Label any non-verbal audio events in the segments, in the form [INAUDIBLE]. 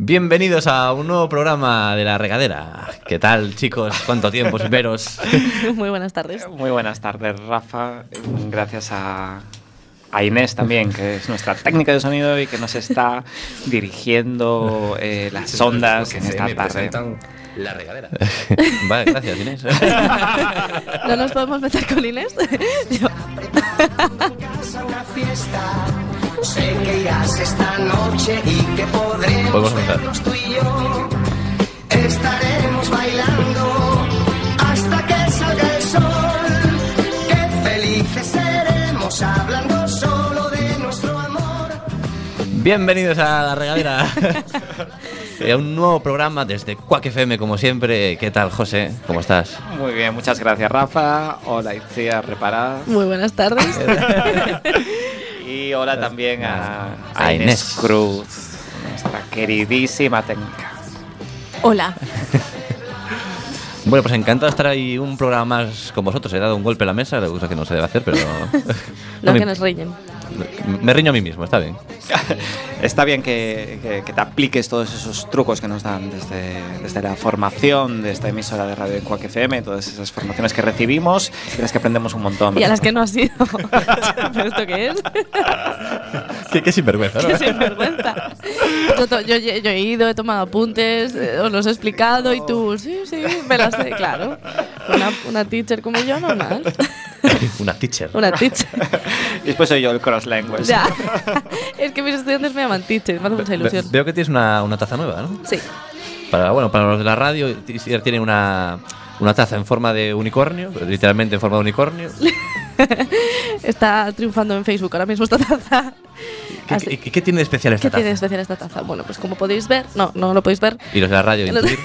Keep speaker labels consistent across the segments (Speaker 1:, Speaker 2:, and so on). Speaker 1: Bienvenidos a un nuevo programa de La Regadera. ¿Qué tal, chicos? ¿Cuánto tiempo sin
Speaker 2: [LAUGHS]
Speaker 1: veros?
Speaker 2: Muy buenas tardes. [LAUGHS]
Speaker 3: Muy buenas tardes, Rafa. Gracias a, a Inés también, que es nuestra técnica de sonido y que nos está dirigiendo eh, las ondas en esta tarde.
Speaker 4: la regadera.
Speaker 1: Vale, gracias, Inés. ¿eh?
Speaker 2: ¿No nos podemos meter con Inés? [LAUGHS] Yo-
Speaker 4: Sé que irás esta noche y que podremos
Speaker 1: Podemos empezar.
Speaker 4: vernos tú y yo. Estaremos bailando hasta que salga el sol. Qué felices seremos hablando solo de nuestro amor.
Speaker 1: Bienvenidos a La Regadera. Y a un nuevo programa desde Quack FM, como siempre. ¿Qué tal, José? ¿Cómo estás?
Speaker 3: Muy bien, muchas gracias, Rafa. Hola, Itzia, reparada.
Speaker 2: Muy buenas tardes.
Speaker 3: Y hola también a, a
Speaker 1: A Inés.
Speaker 3: Inés Cruz, nuestra queridísima técnica.
Speaker 2: Hola.
Speaker 1: Bueno, pues encantado de estar ahí un programa más con vosotros. He dado un golpe a la mesa, cosa que no se debe hacer, pero...
Speaker 2: No,
Speaker 1: me-
Speaker 2: que nos reñen.
Speaker 1: Me riño a mí mismo, está bien.
Speaker 3: Está bien que, que- que te apliques todos esos trucos que nos dan desde, desde la formación de esta emisora de Radio en Cuac FM, todas esas formaciones que recibimos y de las que aprendemos un montón.
Speaker 2: Y a las que no ha sido. [LAUGHS] ¿Pero esto qué es? [LAUGHS]
Speaker 1: Qué, sinvergüenza,
Speaker 2: Qué sinvergüenza. Yo, to- yo- yo- yo he ido, he tomado apuntes, eh, os los he explicado y tú, sí, sí, me las sé, claro. Una, una teacher como yo, normal. [LAUGHS]
Speaker 1: Una teacher.
Speaker 2: Una teacher.
Speaker 3: [LAUGHS]
Speaker 2: [LAUGHS]
Speaker 3: Y después soy yo el cross language.
Speaker 2: Ya. [LAUGHS] Es que mis estudiantes me llaman teacher, me hace mucha ilusión.
Speaker 1: Ve- Veo que tienes una, una taza nueva, ¿no?
Speaker 2: Sí.
Speaker 1: Para, bueno, para los de la radio, t- tiene una, una taza en forma de unicornio, literalmente en forma de
Speaker 2: [LAUGHS]
Speaker 1: unicornio.
Speaker 2: Está triunfando en Facebook ahora mismo esta taza.
Speaker 1: ¿Qué,
Speaker 2: Así-
Speaker 1: qué- qué tiene de especial esta
Speaker 2: ¿Qué
Speaker 1: taza?
Speaker 2: tiene de especial esta taza? Bueno, pues como podéis ver, no, no lo podéis ver,
Speaker 1: Y los de la radio,
Speaker 2: [LAUGHS] Los-
Speaker 1: intuir.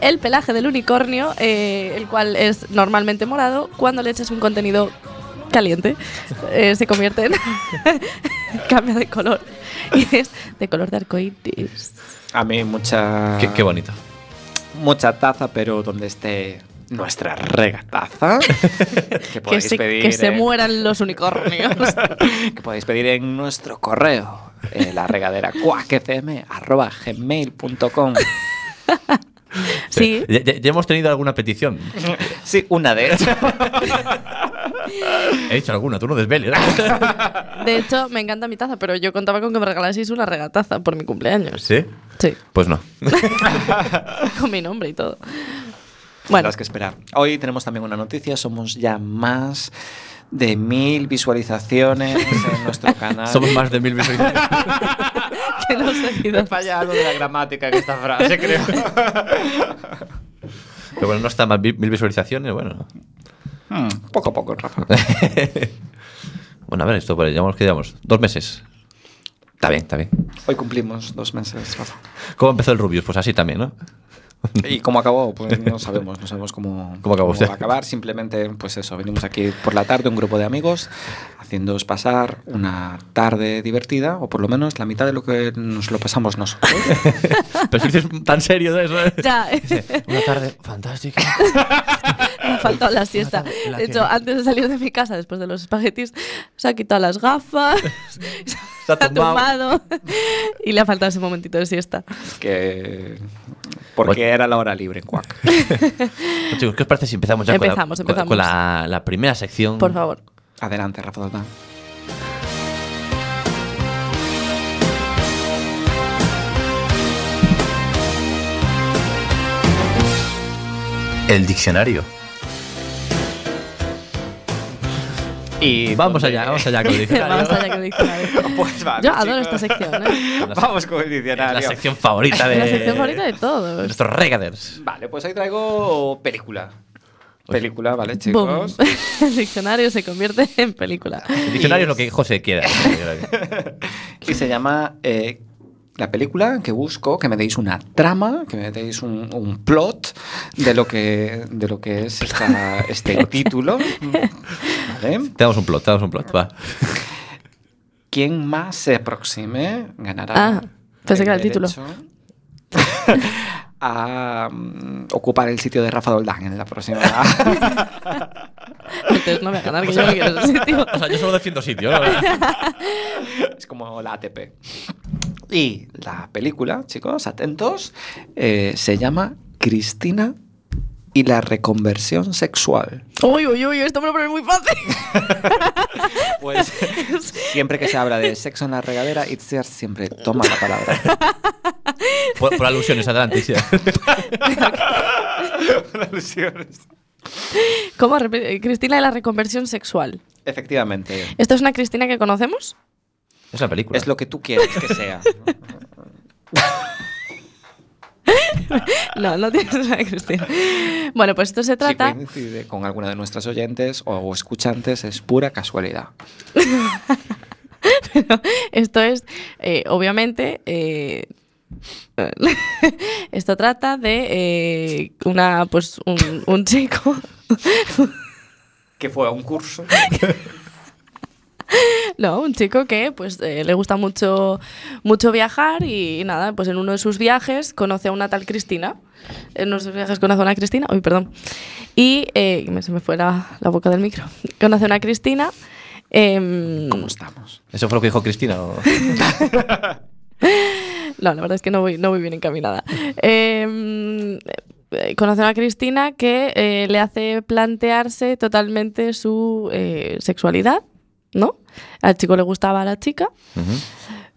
Speaker 2: el pelaje del unicornio, eh, el cual es normalmente morado, cuando le echas un contenido caliente, eh, se convierte en... [LAUGHS] cambia de color y es de color de arcoíris.
Speaker 3: A mí mucha,
Speaker 1: Qué, qué bonito.
Speaker 3: mucha taza, pero donde esté nuestra
Speaker 2: [LAUGHS]
Speaker 3: regataza, que
Speaker 2: Que
Speaker 3: podéis
Speaker 2: se,
Speaker 3: pedir, eh.
Speaker 2: que se
Speaker 3: en-
Speaker 2: mueran los unicornios.
Speaker 3: que podéis pedir en nuestro correo, eh, la regadera
Speaker 2: [LAUGHS]
Speaker 3: gmail.com.
Speaker 2: sí.
Speaker 1: Ya, ya- ya hemos tenido alguna petición.
Speaker 3: Sí, una de hecho.
Speaker 1: He dicho alguna, tú no
Speaker 3: [LAUGHS]
Speaker 1: desveles.
Speaker 2: De hecho, me encanta mi taza, pero yo contaba con que me regalaseis una regataza por mi cumpleaños.
Speaker 1: ¿Sí?
Speaker 2: Sí,
Speaker 1: Pues no.
Speaker 2: con mi nombre y todo. Bueno,
Speaker 3: Tendrás que esperar. Hoy tenemos también una noticia. Somos ya más de mil visualizaciones
Speaker 1: [LAUGHS]
Speaker 3: en nuestro canal.
Speaker 1: Somos más de mil visualizaciones.
Speaker 2: [LAUGHS] que no sé si dos.
Speaker 3: [LAUGHS] falla algo de la gramática en esta frase, creo.
Speaker 1: [LAUGHS] Pero bueno, no está mal, mil mil visualizaciones, bueno. [LAUGHS]
Speaker 3: Hmm, poco a poco, Rafa.
Speaker 1: Bueno, a ver, esto, pues, llevamos, ¿qué llevamos? Dos meses. Está bien, está bien.
Speaker 3: Hoy cumplimos dos
Speaker 1: [LAUGHS]
Speaker 3: meses, Rafa.
Speaker 1: ¿Cómo empezó el Rubius? Pues así también, ¿no?
Speaker 3: ¿Y cómo acabó? Pues no sabemos, no sabemos cómo,
Speaker 1: ¿Cómo acabó usted?
Speaker 3: va a acabar. Simplemente, pues eso, venimos aquí por la tarde, un grupo de amigos, haciéndoos pasar una tarde divertida, o por lo menos la mitad de lo que nos lo
Speaker 1: [LAUGHS]
Speaker 3: pasamos nosotros.
Speaker 1: Pero si dices tan serio de eso, ¿eh?
Speaker 2: [LAUGHS] Ya,
Speaker 1: Una tarde fantástica.
Speaker 2: me ha faltado la siesta.
Speaker 1: La
Speaker 2: De hecho,
Speaker 1: que-
Speaker 2: antes de salir de mi casa, después de los espaguetis, se ha quitado las gafas, [LAUGHS] se
Speaker 1: Se
Speaker 2: ha
Speaker 1: ha tumbado.
Speaker 2: tumbado y le ha faltado ese momentito de siesta.
Speaker 3: que... Porque era la hora libre en Cuac.
Speaker 1: Pues, chicos, ¿qué os parece si empezamos ya
Speaker 2: Empezamos,
Speaker 1: con, la, con-
Speaker 2: empezamos.
Speaker 1: con la- la primera sección?
Speaker 2: Por favor.
Speaker 3: Adelante, Rafa Dodán.
Speaker 1: El diccionario.
Speaker 3: Y
Speaker 1: Vamos
Speaker 3: donde-
Speaker 1: allá, vamos allá con el diccionario.
Speaker 2: [LAUGHS] Vamos allá con el diccionario.
Speaker 3: Pues vale,
Speaker 2: Yo adoro esta
Speaker 3: chicos.
Speaker 2: sección, ¿eh?
Speaker 3: Vamos con el
Speaker 1: la
Speaker 3: diccionario.
Speaker 1: sección favorita de...
Speaker 2: La sección favorita de
Speaker 1: de
Speaker 2: todos.
Speaker 1: Nuestros regaders.
Speaker 3: Vale, pues hoy traigo película. Película, ¿vale,
Speaker 2: Boom. [LAUGHS]
Speaker 3: chicos?
Speaker 2: El diccionario se convierte en película.
Speaker 1: El diccionario es lo que José quiera.
Speaker 3: Y se llama eh, la película que busco, que me deis una trama, que me deis un, un plot de lo que, de lo que
Speaker 2: [LAUGHS]
Speaker 3: es esta- este título. ¿Vale?
Speaker 1: te damos un plot, te damos un plot, va.
Speaker 3: Quien más se aproxime ganará.
Speaker 2: Ah, pensé que era el título.
Speaker 3: derecho [LAUGHS] a mm, ocupar el sitio de Rafa Doldán en la
Speaker 2: [LAUGHS]
Speaker 3: próxima.
Speaker 2: Entonces no voy a ganar, que yo
Speaker 1: [LAUGHS]
Speaker 2: no quiero ese sitio.
Speaker 1: O sea, yo solo defiendo sitio, ¿no?
Speaker 3: es como la ATP. Y la película, chicos, atentos, eh, se llama Cristina y la reconversión sexual.
Speaker 2: Uy, uy, uy, esto me lo pone muy fácil. [LAUGHS]
Speaker 3: Pues siempre que se habla de sexo en la regadera, Itziar siempre toma la palabra. [LAUGHS]
Speaker 1: Por, por alusiones, adelante. sí.
Speaker 2: ¿Cómo? Repe- eh, Cristina de la reconversión sexual.
Speaker 3: Efectivamente.
Speaker 2: ¿Esto es una Cristina que conocemos?
Speaker 1: Es la película.
Speaker 3: Es lo que tú quieres que sea.
Speaker 2: No, no tienes una Cristina. Bueno, pues esto se trata...
Speaker 3: Si coincide con alguna de nuestras oyentes o escuchantes, es pura casualidad.
Speaker 2: Esto es, eh, obviamente, eh, [LAUGHS] esto trata de eh, una, pues, un, un chico. [LAUGHS]
Speaker 3: Que fue a un curso.
Speaker 2: No, un chico que pues eh, le gusta mucho, mucho viajar y, nada, pues en uno de sus viajes conoce a una tal Cristina. En uno de sus viajes conoce a una Cristina, uy, perdón. Y eh, me- se me fue la, la boca del micro. Conoce a una Cristina. em,
Speaker 3: ¿Cómo estamos?
Speaker 1: ¿Eso fue lo que dijo Cristina? o-
Speaker 2: No, la verdad es que no voy, no voy bien
Speaker 3: [LAUGHS]
Speaker 2: encaminada. Eh, eh, conoce a una Cristina que eh, le hace plantearse totalmente su eh, sexualidad, ¿no? Al chico le gustaba a la chica,
Speaker 1: Ujú.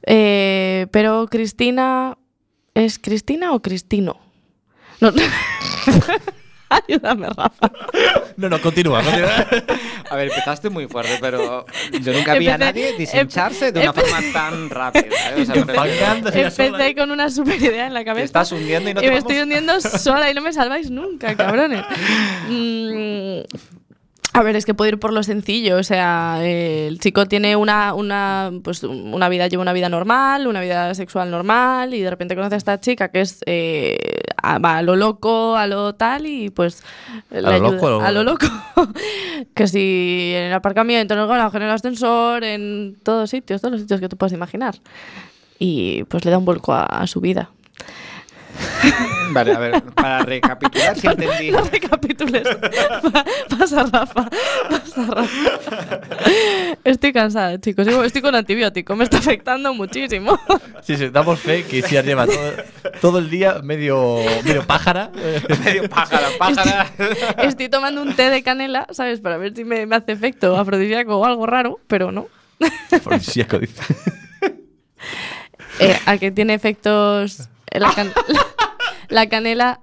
Speaker 2: eh, pero Cristina... ¿Es Cristina o Cristino?
Speaker 3: [LAUGHS]
Speaker 2: No. [LAUGHS] Ayúdame, Rafa.
Speaker 1: No, no, continúa. continúa.
Speaker 3: A ver, empezaste muy fuerte, pero yo nunca vi
Speaker 2: Empecé-
Speaker 3: a
Speaker 2: em
Speaker 3: nadie disincharse de una
Speaker 2: empe-
Speaker 3: forma tan rápida. ¿eh? O sea, me refiero
Speaker 1: Empalcándose ya sola.
Speaker 2: Empecé con una super idea en la
Speaker 3: que te
Speaker 2: cabeza.
Speaker 3: estás hundiendo y no
Speaker 2: y
Speaker 3: te
Speaker 2: me
Speaker 3: vamos-
Speaker 2: estoy hundiendo sola y no me salváis nunca, cabrones. Mm, a ver, es que puedo ir por lo sencillo. O sea, eh, el chico tiene una, una, pues, una vida, lleva una vida normal, una vida sexual normal, y de repente conoce a esta chica que es eh, a, va a lo loco, a lo tal, y pues le
Speaker 1: lo
Speaker 2: ayuda-
Speaker 1: loco, a lo-
Speaker 2: a lo loco. [LAUGHS] que si en el aparcamiento, en el garaje, en el ascensor, en todos sitios, todos los sitios que tú puedas imaginar. Y pues le da un vuelco a- a su vida.
Speaker 3: Vale, a ver, para recapitular,
Speaker 2: [LAUGHS]
Speaker 3: si entendí.
Speaker 2: No recapitules. Pa- Pasa, Rafa. Pasa, Rafa. Estoy cansada, chicos. Digo, Estoy con antibiótico. Me está afectando muchísimo.
Speaker 1: Sí, sí, damos fe que Isiar lleva todo, todo el día medio, medio [LAUGHS] pájara.
Speaker 3: Medio pájara, pájara.
Speaker 2: Estoy tomando un té de canela, ¿sabes? Para ver si me, me hace efecto afrodisíaco o algo raro, pero no.
Speaker 1: Afrodisíaco, dice.
Speaker 2: Eh, ¿A que tiene efectos eh, la, can- [LAUGHS] la- la canela?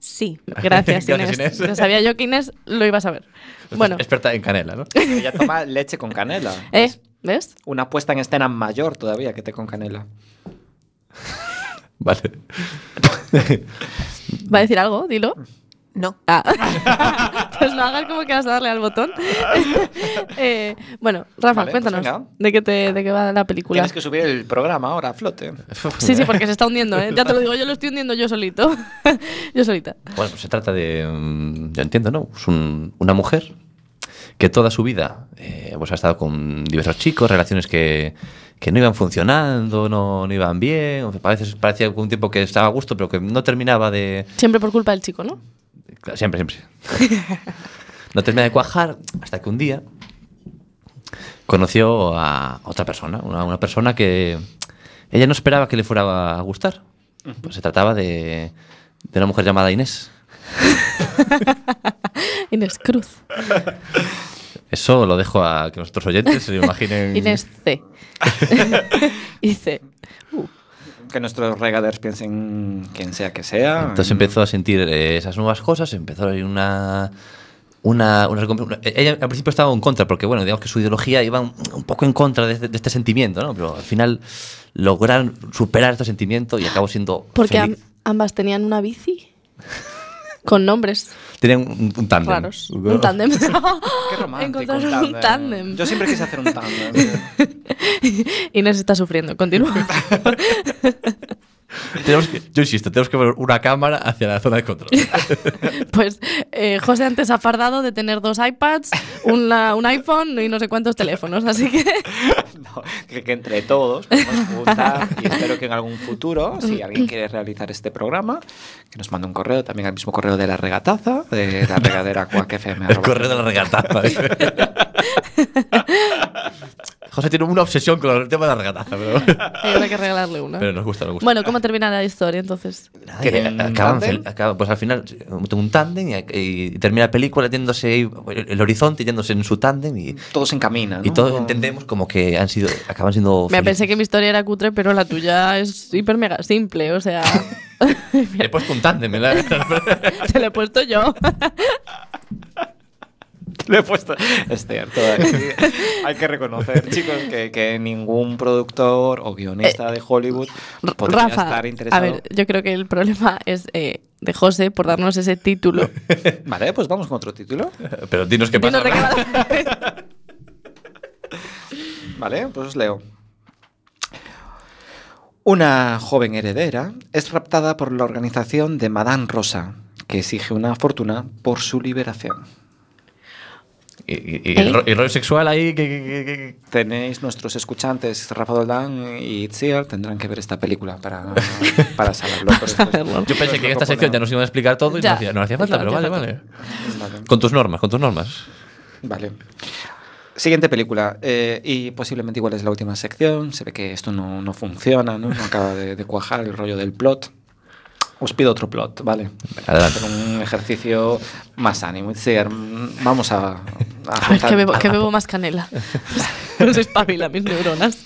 Speaker 2: Sí. Gracias,
Speaker 1: Gracias,
Speaker 2: Inés.
Speaker 1: Inés. Pues
Speaker 2: Ya sabía yo que Inés lo iba a saber. Bueno,
Speaker 1: Experta en canela, [LAUGHS] ¿no?
Speaker 3: Ella toma leche con canela.
Speaker 2: ¿eh? ¿Ves?
Speaker 3: Una puesta en escena mayor todavía que te con canela.
Speaker 1: Vale.
Speaker 2: ¿Va a decir algo? Dilo.
Speaker 5: No.
Speaker 2: Ah. [LAUGHS] pues no hagas como que vas a darle al botón. [LAUGHS] Eh, bueno, Rafa,
Speaker 3: Vale, pues
Speaker 2: cuéntanos
Speaker 3: venga.
Speaker 2: de qué, te, de qué va la película.
Speaker 3: Tienes que subir el programa ahora a flote.
Speaker 2: Sí,
Speaker 3: [LAUGHS]
Speaker 1: pues-
Speaker 2: sí, porque se está hundiendo, ¿eh? Ya te lo digo, yo lo estoy hundiendo yo solito. [LAUGHS] yo solita.
Speaker 1: Bueno, pues se trata de. mm, Yo entiendo, ¿no? Es un- una mujer que toda su vida eh, pues ha estado con diversos chicos, relaciones que, que no iban funcionando, no, no iban bien. o Parece, parecía un tiempo que estaba a gusto, pero que no terminaba de.
Speaker 2: Siempre por culpa del chico, ¿no?
Speaker 1: Claro, Siempre, siempre. No termina de cuajar hasta que un día conoció a otra persona, una, una persona que ella no esperaba que le fuera a gustar. Pues se trataba de, de una mujer llamada Inés.
Speaker 2: Inés Cruz.
Speaker 1: Eso lo dejo a que nuestros oyentes se lo imaginen.
Speaker 2: [LAUGHS] Inés C. y C. Uh,
Speaker 3: Que nuestros regaders piensen quien sea que sea.
Speaker 1: Entonces empezó a sentir eh, esas nuevas cosas, empezó a ir una... Una, una recomp- una- ella al principio estaba en contra, porque bueno, digamos que su ideología iba un, un poco en contra de, este- de este sentimiento, ¿no? Pero al final lograron superar este sentimiento y acabó siendo
Speaker 2: Porque am-
Speaker 1: feliz.
Speaker 2: ambas tenían una bici. Con nombres
Speaker 1: Tenían un, un tándem.
Speaker 2: raros. Un
Speaker 3: [LAUGHS]
Speaker 2: tándem.
Speaker 3: Qué romántico.
Speaker 2: Encontraron un tándem.
Speaker 3: Yo siempre quise hacer un tándem.
Speaker 2: [LAUGHS] Inés está sufriendo. Continúa.
Speaker 1: [LAUGHS]
Speaker 3: [LAUGHS]
Speaker 1: Tenemos que- yo insisto, tenemos que poner una cámara hacia la zona de
Speaker 2: [LAUGHS]
Speaker 1: control.
Speaker 2: Pues eh, José antes ha fardado de tener dos iPads, una- un iPhone y no sé cuántos teléfonos, así que [LAUGHS]
Speaker 3: No, [LAUGHS] que, que entre todos podemos juntar y espero que en algún futuro, si alguien quiere realizar este programa, que nos mande un correo también al mismo correo de la regataza, de la regadera
Speaker 2: [LAUGHS]
Speaker 3: cuacfm.
Speaker 1: El correo de la regata. ¿eh? José tiene una obsesión con el tema de la regataza, pero,
Speaker 2: Habrá que regalarle una.
Speaker 1: pero nos gusta, nos gusta.
Speaker 2: Bueno, ¿cómo termina la historia entonces?
Speaker 1: Nada,
Speaker 3: ¿Qué,
Speaker 1: y
Speaker 3: un
Speaker 1: acaban
Speaker 3: tándem?
Speaker 1: fel- acaban- pues al final eh, un tándem y, y termina la película yéndose ahí, el, el horizonte yéndose en su tándem y,
Speaker 3: Todo se encamina, ¿no?
Speaker 1: y todos
Speaker 3: Todo-
Speaker 1: entendemos como que han sido acaban siendo
Speaker 2: Me
Speaker 1: felices.
Speaker 2: pensé que mi historia era cutre, pero la tuya es hiper mega simple, o sea. [LAUGHS]
Speaker 1: Le he puesto un tándem en la-
Speaker 2: Te lo he puesto yo.
Speaker 3: [LAUGHS] Le he puesto. Es cierto. eh. Hay que reconocer, chicos, que, que ningún productor o guionista de Hollywood podría
Speaker 2: Rafa,
Speaker 3: estar interesado.
Speaker 2: a ver, yo creo que el problema es eh, de José por darnos ese título.
Speaker 3: Vale, pues vamos con otro título.
Speaker 1: pero dinos qué
Speaker 2: Yo
Speaker 1: pasa
Speaker 2: no [LAUGHS] recuerdo-
Speaker 3: Vale, pues os leo. Una joven heredera es raptada por la organización de Madame Rosa, que exige una fortuna por su liberación.
Speaker 1: y, y-
Speaker 2: ¿Eh?
Speaker 1: y el, ro- y el rollo sexual ahí que, que- que- que-
Speaker 3: Tenéis nuestros escuchantes, Rafa Doldán y Itziar, tendrán que ver esta película para, para saberlo. pero esto es-
Speaker 2: saberlo.
Speaker 1: yo pensé que en esta sección ya nos iban a explicar todo y
Speaker 2: Ya.
Speaker 1: no hacía, no hacía falta
Speaker 2: No,
Speaker 1: pero
Speaker 2: no
Speaker 1: vale
Speaker 2: hacía
Speaker 1: vale
Speaker 3: Vale.
Speaker 1: con tus normas con tus normas
Speaker 3: Vale. Siguiente película, eh, y posiblemente igual es la última sección, se ve que esto no, no funciona, ¿no? No acaba de, de cuajar el rollo del plot. Os pido otro plot, ¿vale?
Speaker 1: Adelante.
Speaker 3: Hacer un ejercicio más ánimo. Es decir, mm, vamos a...
Speaker 2: [LAUGHS]
Speaker 3: a
Speaker 2: A ver,
Speaker 3: juntar-
Speaker 2: que bebo, que bebo más canela. [LAUGHS] Nos espabila mis neuronas.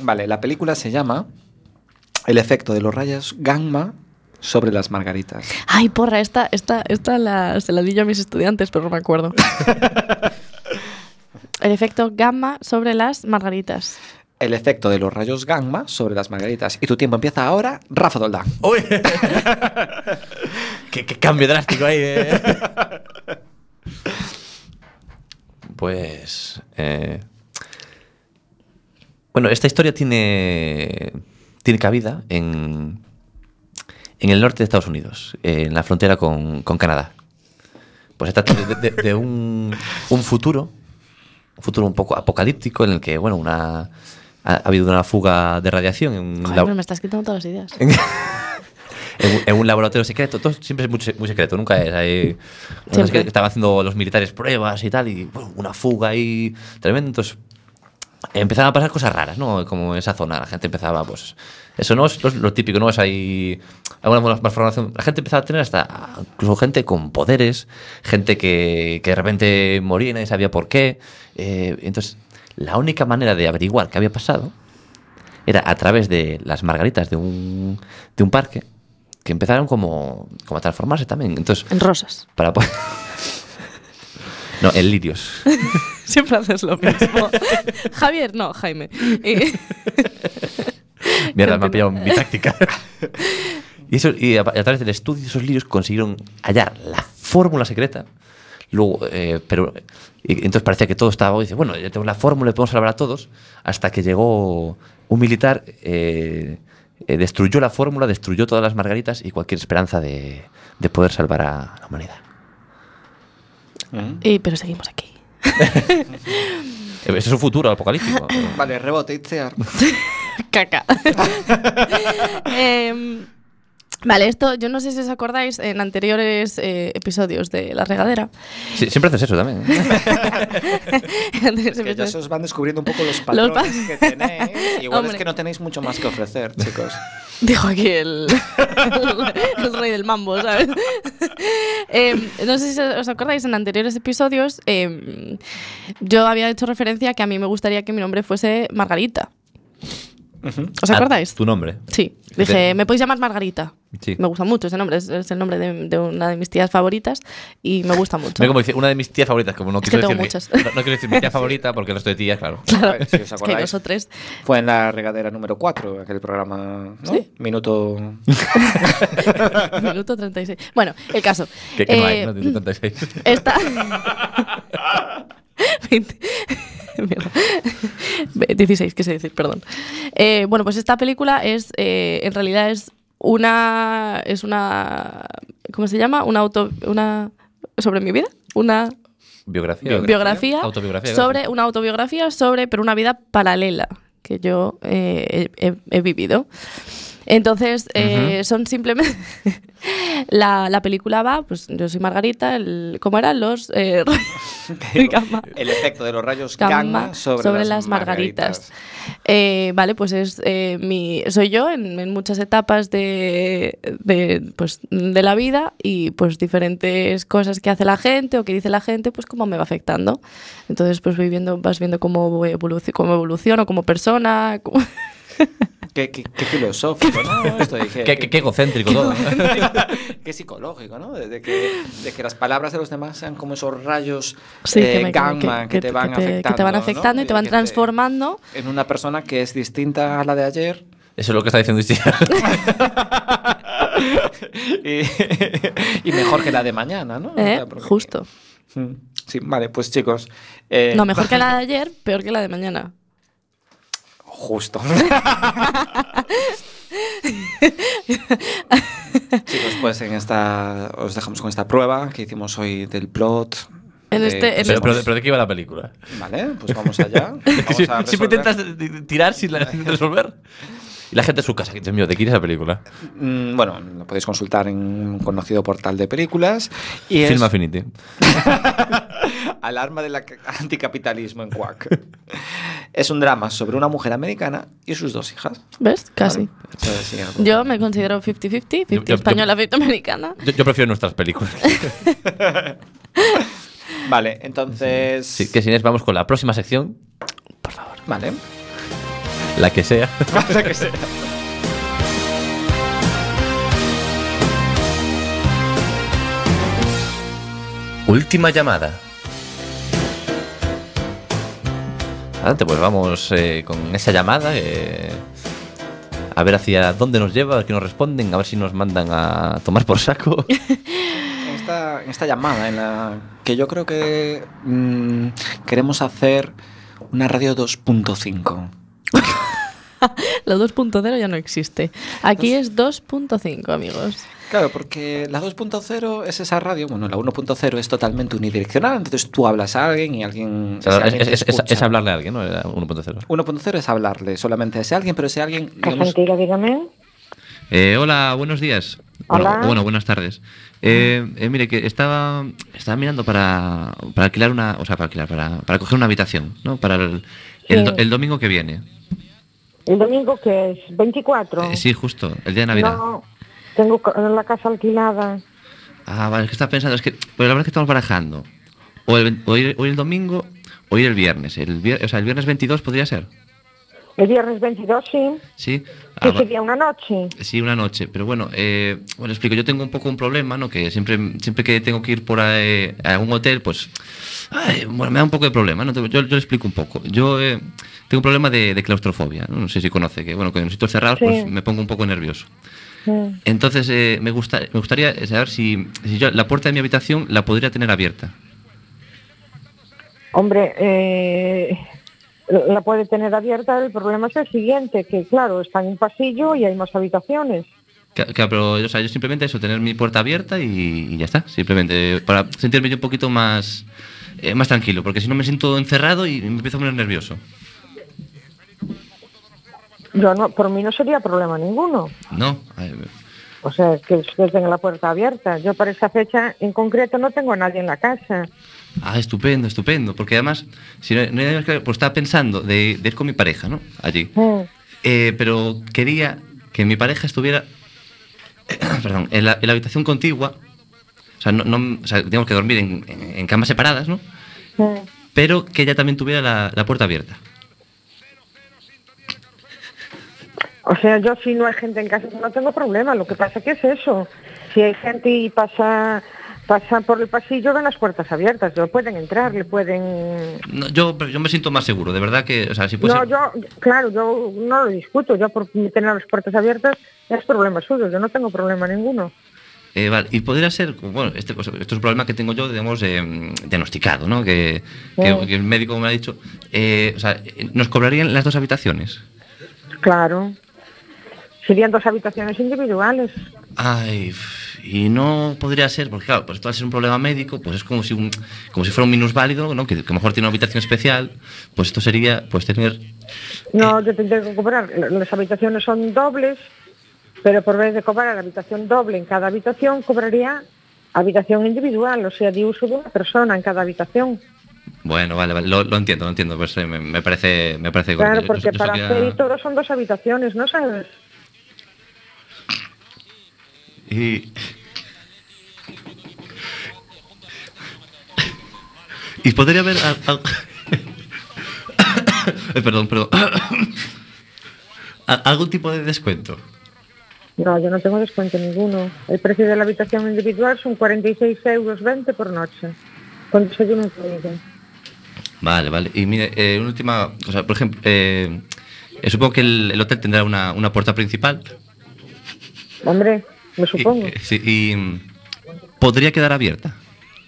Speaker 3: Vale, la película se llama El efecto de los rayos gamma sobre las margaritas.
Speaker 2: Ay, porra, esta, esta, esta la, se la di yo a mis estudiantes, pero no me [LAUGHS] acuerdo. El efecto gamma sobre las margaritas.
Speaker 3: El efecto de los rayos gamma sobre las margaritas. Y tu tiempo empieza ahora, Rafa Doldán.
Speaker 1: uy [LAUGHS] qué, qué cambio drástico ahí eh. pues eh, bueno esta historia tiene tiene cabida en en el norte de Estados Unidos eh, en la frontera con, con Canadá pues se trata de, de- de un, un futuro, un futuro un poco apocalíptico en el que, bueno, una, ha, ha habido una fuga de radiación en, un
Speaker 2: Joder,
Speaker 1: labo-
Speaker 2: pero me estás quitando todas las ideas.
Speaker 1: en un- en un laboratorio secreto. Todo siempre es muy, se- muy secreto, nunca es ahí. una cosa
Speaker 2: Siempre.
Speaker 1: que Estaban haciendo los militares pruebas y tal, y bueno, una fuga ahí tremendo. Entonces, empezaban a pasar cosas raras, ¿no? Como en esa zona, la gente empezaba, pues. Eso no es lo, lo típico, ¿no? Es ahí. Alguna más, más formación. La gente empezaba a tener hasta. Incluso gente con poderes, gente que, que de repente moría y nadie sabía por qué. Eh, entonces, la única manera de averiguar qué había pasado era a través de las margaritas de un, de un parque que empezaron como, como a transformarse también. Entonces,
Speaker 2: En rosas.
Speaker 1: para po- [LAUGHS] No, en lirios.
Speaker 2: [LAUGHS] Siempre haces lo mismo. [LAUGHS] Javier, no, Jaime. Y-
Speaker 1: Mierda, me ha pillado mi
Speaker 2: [LAUGHS]
Speaker 1: táctica. Y, eso, y a, a través del estudio de esos lirios consiguieron hallar la fórmula secreta. Luego, eh, pero y entonces parecía que todo estaba. Dice, bueno, ya tenemos la fórmula, podemos salvar a todos. Hasta que llegó un militar, eh, eh, destruyó la fórmula, destruyó todas las margaritas y cualquier esperanza de, de poder salvar a la humanidad.
Speaker 3: Mm.
Speaker 2: y, pero seguimos aquí.
Speaker 1: Ese Eh, es un futuro apocalíptico.
Speaker 3: Vale,
Speaker 2: [LAUGHS]
Speaker 3: rebote, Itziar.
Speaker 2: Caca. [LAUGHS] Em, vale, esto yo no sé si os acordáis en anteriores eh, episodios de La Regadera.
Speaker 1: [LAUGHS]
Speaker 2: [LAUGHS]
Speaker 1: Sí, siempre haces eso también. ¿eh?
Speaker 2: Antes
Speaker 3: Que ya
Speaker 2: empezó-
Speaker 3: se os van descubriendo un poco los patrones
Speaker 2: pa-
Speaker 3: que
Speaker 2: [LAUGHS]
Speaker 3: tenéis. Igual
Speaker 2: Hombre.
Speaker 3: es que no tenéis mucho más que [LAUGHS] ofrecer, chicos.
Speaker 2: Dijo aquí el, [LAUGHS] el, el rey del mambo, ¿sabes? [LAUGHS] Em, no sé si os acordáis, en anteriores episodios em, yo había hecho referencia a que a mí me gustaría que mi nombre fuese Margarita.
Speaker 3: Ujú.
Speaker 2: ¿Os acordáis?
Speaker 1: Ah, tu nombre.
Speaker 2: Sí,
Speaker 1: Fíjate.
Speaker 2: dije, me podéis llamar Margarita.
Speaker 1: Sí.
Speaker 2: Me gusta mucho ese nombre, es, es el nombre de, de una de mis tías favoritas y me gusta mucho.
Speaker 1: Mira
Speaker 2: [LAUGHS]
Speaker 1: cómo dice, una de mis tías favoritas, como no
Speaker 2: Es
Speaker 1: quiso
Speaker 2: que tengo
Speaker 1: decir
Speaker 2: muchas.
Speaker 1: mi- No, no quiero decir mi tía favorita porque el resto de tías, claro.
Speaker 3: A ver, si os
Speaker 2: Es que hay
Speaker 3: acordáis,
Speaker 2: dos o tres. [LAUGHS]
Speaker 3: Fue en la regadera número 4, aquel programa. ¿no?
Speaker 2: Sí.
Speaker 3: Minuto.
Speaker 2: Minuto 36. Bueno, el caso.
Speaker 1: Que, que no hay,
Speaker 2: Eh, [CLEARS THROAT]
Speaker 1: no tiene 36.
Speaker 2: Esta. 20. Mierda. 16, quise decir, perdón. Eh, bueno, pues esta película es. eh, en realidad es una. Es una. ¿Cómo se llama? Una auto. Una. ¿Sobre mi vida? Una
Speaker 1: Biografía.
Speaker 2: biografía.
Speaker 1: Autobiografía,
Speaker 2: Sobre
Speaker 1: claro.
Speaker 2: una autobiografía sobre. Pero una vida paralela que yo eh, he, he- he vivido. Entonces, eh, son simplemente. [LAUGHS] la, la película va, pues yo soy Margarita, el, ¿cómo eran los.
Speaker 1: [LAUGHS]
Speaker 2: eh, [LAUGHS] Gamma.
Speaker 3: El efecto de los rayos gamma,
Speaker 2: Gamma
Speaker 3: sobre,
Speaker 2: las margaritas. Eh, vale, pues es eh, mi, soy yo en, en muchas etapas de, de, pues, de la vida y pues diferentes cosas que hace la gente o que dice la gente, pues cómo me va afectando. Entonces pues voy viendo, vas viendo cómo, voy evoluci- cómo evoluciono como persona. cómo- [LAUGHS]
Speaker 3: Qué, qué- qué filosófico, ¿no? Esto dije,
Speaker 6: Qué, qué- qué egocéntrico todo. ¿eh?
Speaker 3: Qué psicológico, ¿no? De, de que, de que las palabras de los demás sean como esos rayos
Speaker 2: Sí,
Speaker 3: eh,
Speaker 2: que me- que-
Speaker 3: gamma que,
Speaker 2: que-
Speaker 3: te van
Speaker 2: que te- que te
Speaker 3: afectando.
Speaker 2: van
Speaker 3: ¿no? Eh,
Speaker 2: afectando y te van
Speaker 3: que
Speaker 2: transformando.
Speaker 3: En una persona que es distinta a la
Speaker 2: [LAUGHS]
Speaker 3: de ayer.
Speaker 6: [LAUGHS] Eso es lo que está diciendo Isidro.
Speaker 3: y, y mejor que la de mañana, ¿no? O
Speaker 2: ¿eh?
Speaker 3: sea, porque-
Speaker 2: Justo.
Speaker 3: Mm, Sí, vale, pues chicos. eh,
Speaker 2: No, mejor que la de ayer, peor que la de mañana.
Speaker 6: [LAUGHS]
Speaker 3: Justo. Chicos, pues en esta os dejamos con esta prueba que hicimos hoy del plot.
Speaker 2: En
Speaker 3: de-
Speaker 2: este- en
Speaker 6: Pero,
Speaker 2: este-
Speaker 6: pero- pero ¿de qué iba la película?
Speaker 3: Vale, pues vamos allá.
Speaker 6: [LAUGHS] Es que
Speaker 3: Vamos
Speaker 6: si-
Speaker 3: a
Speaker 6: siempre
Speaker 3: resolver.
Speaker 6: intentas de- de- tirar sin, la- sin resolver. Y la gente en su casa, que, Dios mío, ¿de qué ir esa película?
Speaker 3: Mm, Bueno, lo podéis consultar en un conocido portal de películas. Y
Speaker 6: Film
Speaker 3: es
Speaker 6: Affinity.
Speaker 3: Alarma del ac- anticapitalismo en Quack. [LAUGHS] es un drama sobre una mujer americana y sus dos hijas.
Speaker 2: ¿Ves?
Speaker 6: Ah,
Speaker 2: Casi.
Speaker 3: Vale, eso decía.
Speaker 2: Yo me considero 50-50,
Speaker 6: Yo-
Speaker 2: 50
Speaker 6: yo-
Speaker 2: española, 50 americana.
Speaker 6: Yo, yo prefiero nuestras películas.
Speaker 3: Vale, entonces.
Speaker 6: Así que, si es, vamos con la próxima sección,
Speaker 3: Vale.
Speaker 6: la
Speaker 1: [LAUGHS]
Speaker 6: que sea.
Speaker 3: Pasa que sea.
Speaker 6: Última llamada. Adelante, pues vamos eh, con esa llamada. eh, a ver hacia dónde nos lleva, a ver qué nos responden, a ver si nos mandan a tomar
Speaker 1: [LAUGHS]
Speaker 6: por saco.
Speaker 3: En esta, en esta llamada en la que yo creo que mm, queremos hacer una radio 2.5.
Speaker 2: La 2.0 ya no existe. Aquí es 2.5,
Speaker 6: [LAUGHS]
Speaker 2: amigos.
Speaker 3: Claro, porque la 2.0 es esa radio, bueno, la 1.0 es totalmente unidireccional, entonces tú hablas a alguien y alguien...
Speaker 6: O
Speaker 3: ese
Speaker 6: sea,
Speaker 3: alguien
Speaker 6: es,
Speaker 3: te
Speaker 6: es- es-
Speaker 3: escucha.
Speaker 6: es hablarle a alguien, ¿no? Era 1.0.
Speaker 3: 1.0 es hablarle solamente a ese alguien, pero ese alguien... digamos,
Speaker 5: Argentina, Pues dígame.
Speaker 6: Eh, hola, buenos días.
Speaker 5: Hola.
Speaker 6: Bueno, bueno, buenas tardes. Eh, eh, mire, que estaba, estaba mirando para, para alquilar una. O sea, para alquilar, para, para coger una habitación, ¿no? Para el, el do-
Speaker 5: Sí.
Speaker 6: el domingo que viene.
Speaker 5: ¿El domingo qué es? ¿24?
Speaker 6: Eh, sí, justo, el día de Navidad.
Speaker 5: No, tengo ca- la casa alquilada.
Speaker 6: Ah, vale, es que estaba pensando, es que. Pero la verdad es que estamos barajando. O, el, ve- o ir, o ir el domingo o ir el viernes. El, vier- o sea, el viernes 22 podría ser.
Speaker 5: El viernes 22, sí.
Speaker 6: Sí. Ah,
Speaker 5: Que
Speaker 6: va-
Speaker 5: sería una noche.
Speaker 6: Sí, una noche. Pero bueno, eh, bueno, explico. Yo tengo un poco un problema, ¿no? Que siempre, siempre que tengo que ir por ahí a un hotel, pues. ay, bueno, me da un poco de problema, ¿no? Yo, yo le explico un poco. Yo eh, tengo un problema de, de claustrofobia, ¿no? No sé si conoce, que bueno, que en los sitios cerrados,
Speaker 5: Sí.
Speaker 6: pues me pongo un poco nervioso.
Speaker 5: Mm.
Speaker 6: Entonces, eh, me, gusta, me gustaría saber si, si yo la puerta de mi habitación la podría tener abierta.
Speaker 5: Hombre, eh, la puede tener abierta. El problema es el siguiente, que claro, está en un pasillo y hay más habitaciones.
Speaker 6: Ca- Claro, pero o sea, yo simplemente eso, tener mi puerta abierta y, y ya está. Simplemente para sentirme yo un poquito más, eh, más tranquilo, porque si no me siento encerrado y me empiezo a poner nervioso.
Speaker 5: Yo no, por mí no sería problema ninguno.
Speaker 6: No, ay,
Speaker 5: O sea, que usted tenga la puerta abierta. Yo para esa fecha en concreto no tengo a nadie en la casa.
Speaker 6: ah, estupendo, estupendo. Porque además, si no, no hay nada más que- pues estaba pensando de, de ir con mi pareja, ¿no? Allí.
Speaker 5: Mm.
Speaker 6: Eh, pero quería que mi pareja estuviera, [COUGHS] perdón, en la, en la habitación contigua. O sea, no, no- o sea, digamos que dormir en, en- en camas separadas, ¿no?
Speaker 5: Mm.
Speaker 6: Pero que ella también tuviera la- la puerta abierta.
Speaker 5: O sea, yo si no hay gente en casa no tengo problema. Lo que pasa que es eso. Si hay gente y pasa pasa por el pasillo con las puertas abiertas, no pueden entrar, le pueden.
Speaker 6: No, yo, pero yo me siento más seguro, de verdad que, o sea, si puede
Speaker 5: no,
Speaker 6: ser-
Speaker 5: yo, claro, yo no lo discuto. Yo por tener las puertas abiertas es problema suyo. Yo no tengo problema ninguno.
Speaker 6: Eh, vale, y podría ser, bueno, este, pues, esto es un problema que tengo yo, digamos, eh, diagnosticado, ¿no? Que, que-
Speaker 5: Mm.
Speaker 6: que el médico me ha dicho, eh, o sea, eh, nos cobrarían las dos habitaciones.
Speaker 5: Claro. Serían dos habitaciones individuales.
Speaker 6: Ay, f- y no podría ser, porque claro, pues esto al ser un problema médico, pues es como si, un, como si fuera un minusválido, ¿no? Que, que a lo mejor tiene una habitación especial, pues esto sería, pues tener,
Speaker 5: No, yo tendría que cobrar. Las habitaciones son dobles pero por vez de cobrar la habitación doble en cada habitación, cobraría habitación individual, o sea, de uso de una persona en cada habitación.
Speaker 1: Bueno, vale, vale, Lo, lo entiendo, lo entiendo. Pues, eh, me, me parece, me parece correcto.
Speaker 5: Claro,
Speaker 1: Yo-
Speaker 5: porque
Speaker 1: yo- yo
Speaker 5: para
Speaker 1: sabía-
Speaker 5: hacer y todo son dos habitaciones, ¿no sabes?
Speaker 1: Y... y podría haber... al- al- [COUGHS] Ay, perdón, perdón. [COUGHS] A- ¿Algún tipo de descuento?
Speaker 5: No, yo no tengo descuento ninguno. El precio de la habitación individual son 46 euros 20 por noche, con desayuno incluido.
Speaker 1: Vale, vale. Y mire, eh, una última cosa. Por ejemplo, eh, eh, supongo que el, el hotel tendrá una, una puerta principal.
Speaker 5: Hombre, me
Speaker 1: Y-
Speaker 6: [LAUGHS]
Speaker 5: supongo.
Speaker 1: eh, sí, y mm, podría quedar abierta.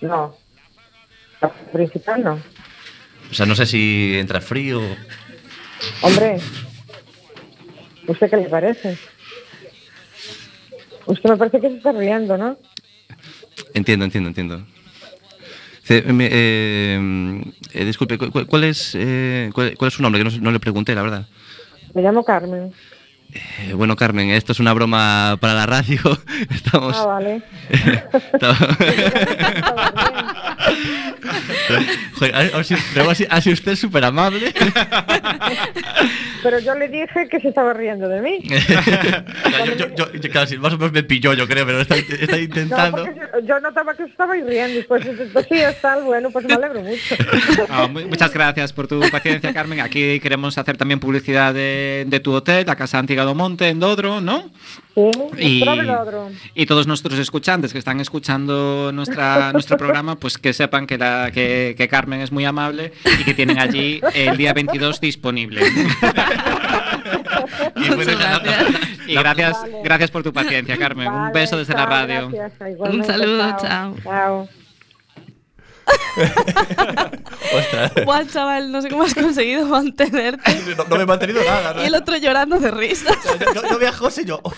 Speaker 5: No. La principal no.
Speaker 1: O sea, no sé si entra frío.
Speaker 5: Hombre, ¿usted qué le parece? Usted me parece que se está riendo, ¿no?
Speaker 1: Entiendo, entiendo, entiendo. Ce- me- eh, eh, disculpe, ¿cu- cu- ¿cuál es, eh, cuál, cuál es su nombre? Que no, no le pregunté, la verdad.
Speaker 5: Me llamo Carmen.
Speaker 1: Eh, bueno, Carmen, esto es una broma para la radio. [LAUGHS]
Speaker 3: Pues-
Speaker 1: Estamos...
Speaker 5: Ah, vale.
Speaker 1: [LAUGHS]
Speaker 5: [LAUGHS]
Speaker 1: Estamos- Joder, a- a- si- luego así- así usted es súper
Speaker 5: [LAUGHS]
Speaker 1: amable.
Speaker 5: Pero yo le dije que se estaba riendo de mí.
Speaker 1: yo, yo, yo- yo, claro, sí, más o menos me pilló, yo creo, pero está, está
Speaker 5: No,
Speaker 1: intentando.
Speaker 5: porque yo, yo notaba que se estaba riendo y pues sí, está bueno, pues
Speaker 3: [LAUGHS]
Speaker 5: me alegro mucho.
Speaker 3: Ah, mu- muchas gracias por tu paciencia, Carmen. Aquí queremos hacer también publicidad de, de tu hotel, la Casa Antiga do Monte, en Dodro, ¿no?
Speaker 5: Sí,
Speaker 3: Y,
Speaker 5: pero lo otro.
Speaker 3: y todos nuestros escuchantes que están escuchando nuestra, nuestro programa, pues que sepan que, la, que, que Carmen es muy amable y que tienen allí el día 22 [LAUGHS] disponible.
Speaker 2: Muchas gracias.
Speaker 3: Y gracias,
Speaker 5: Vale.
Speaker 3: gracias por tu paciencia, Carmen. Un
Speaker 5: Vale,
Speaker 3: beso desde la
Speaker 5: chao,
Speaker 3: radio.
Speaker 5: gracias, igualmente,
Speaker 2: Un saludo, chao.
Speaker 5: Chao.
Speaker 2: Guau, chaval, no sé cómo has conseguido mantenerte.
Speaker 1: No, me he mantenido nada.
Speaker 2: Y el otro llorando de
Speaker 6: [LAUGHS]
Speaker 2: risa.
Speaker 1: Yo, yo, vi a José y yo. "Oh".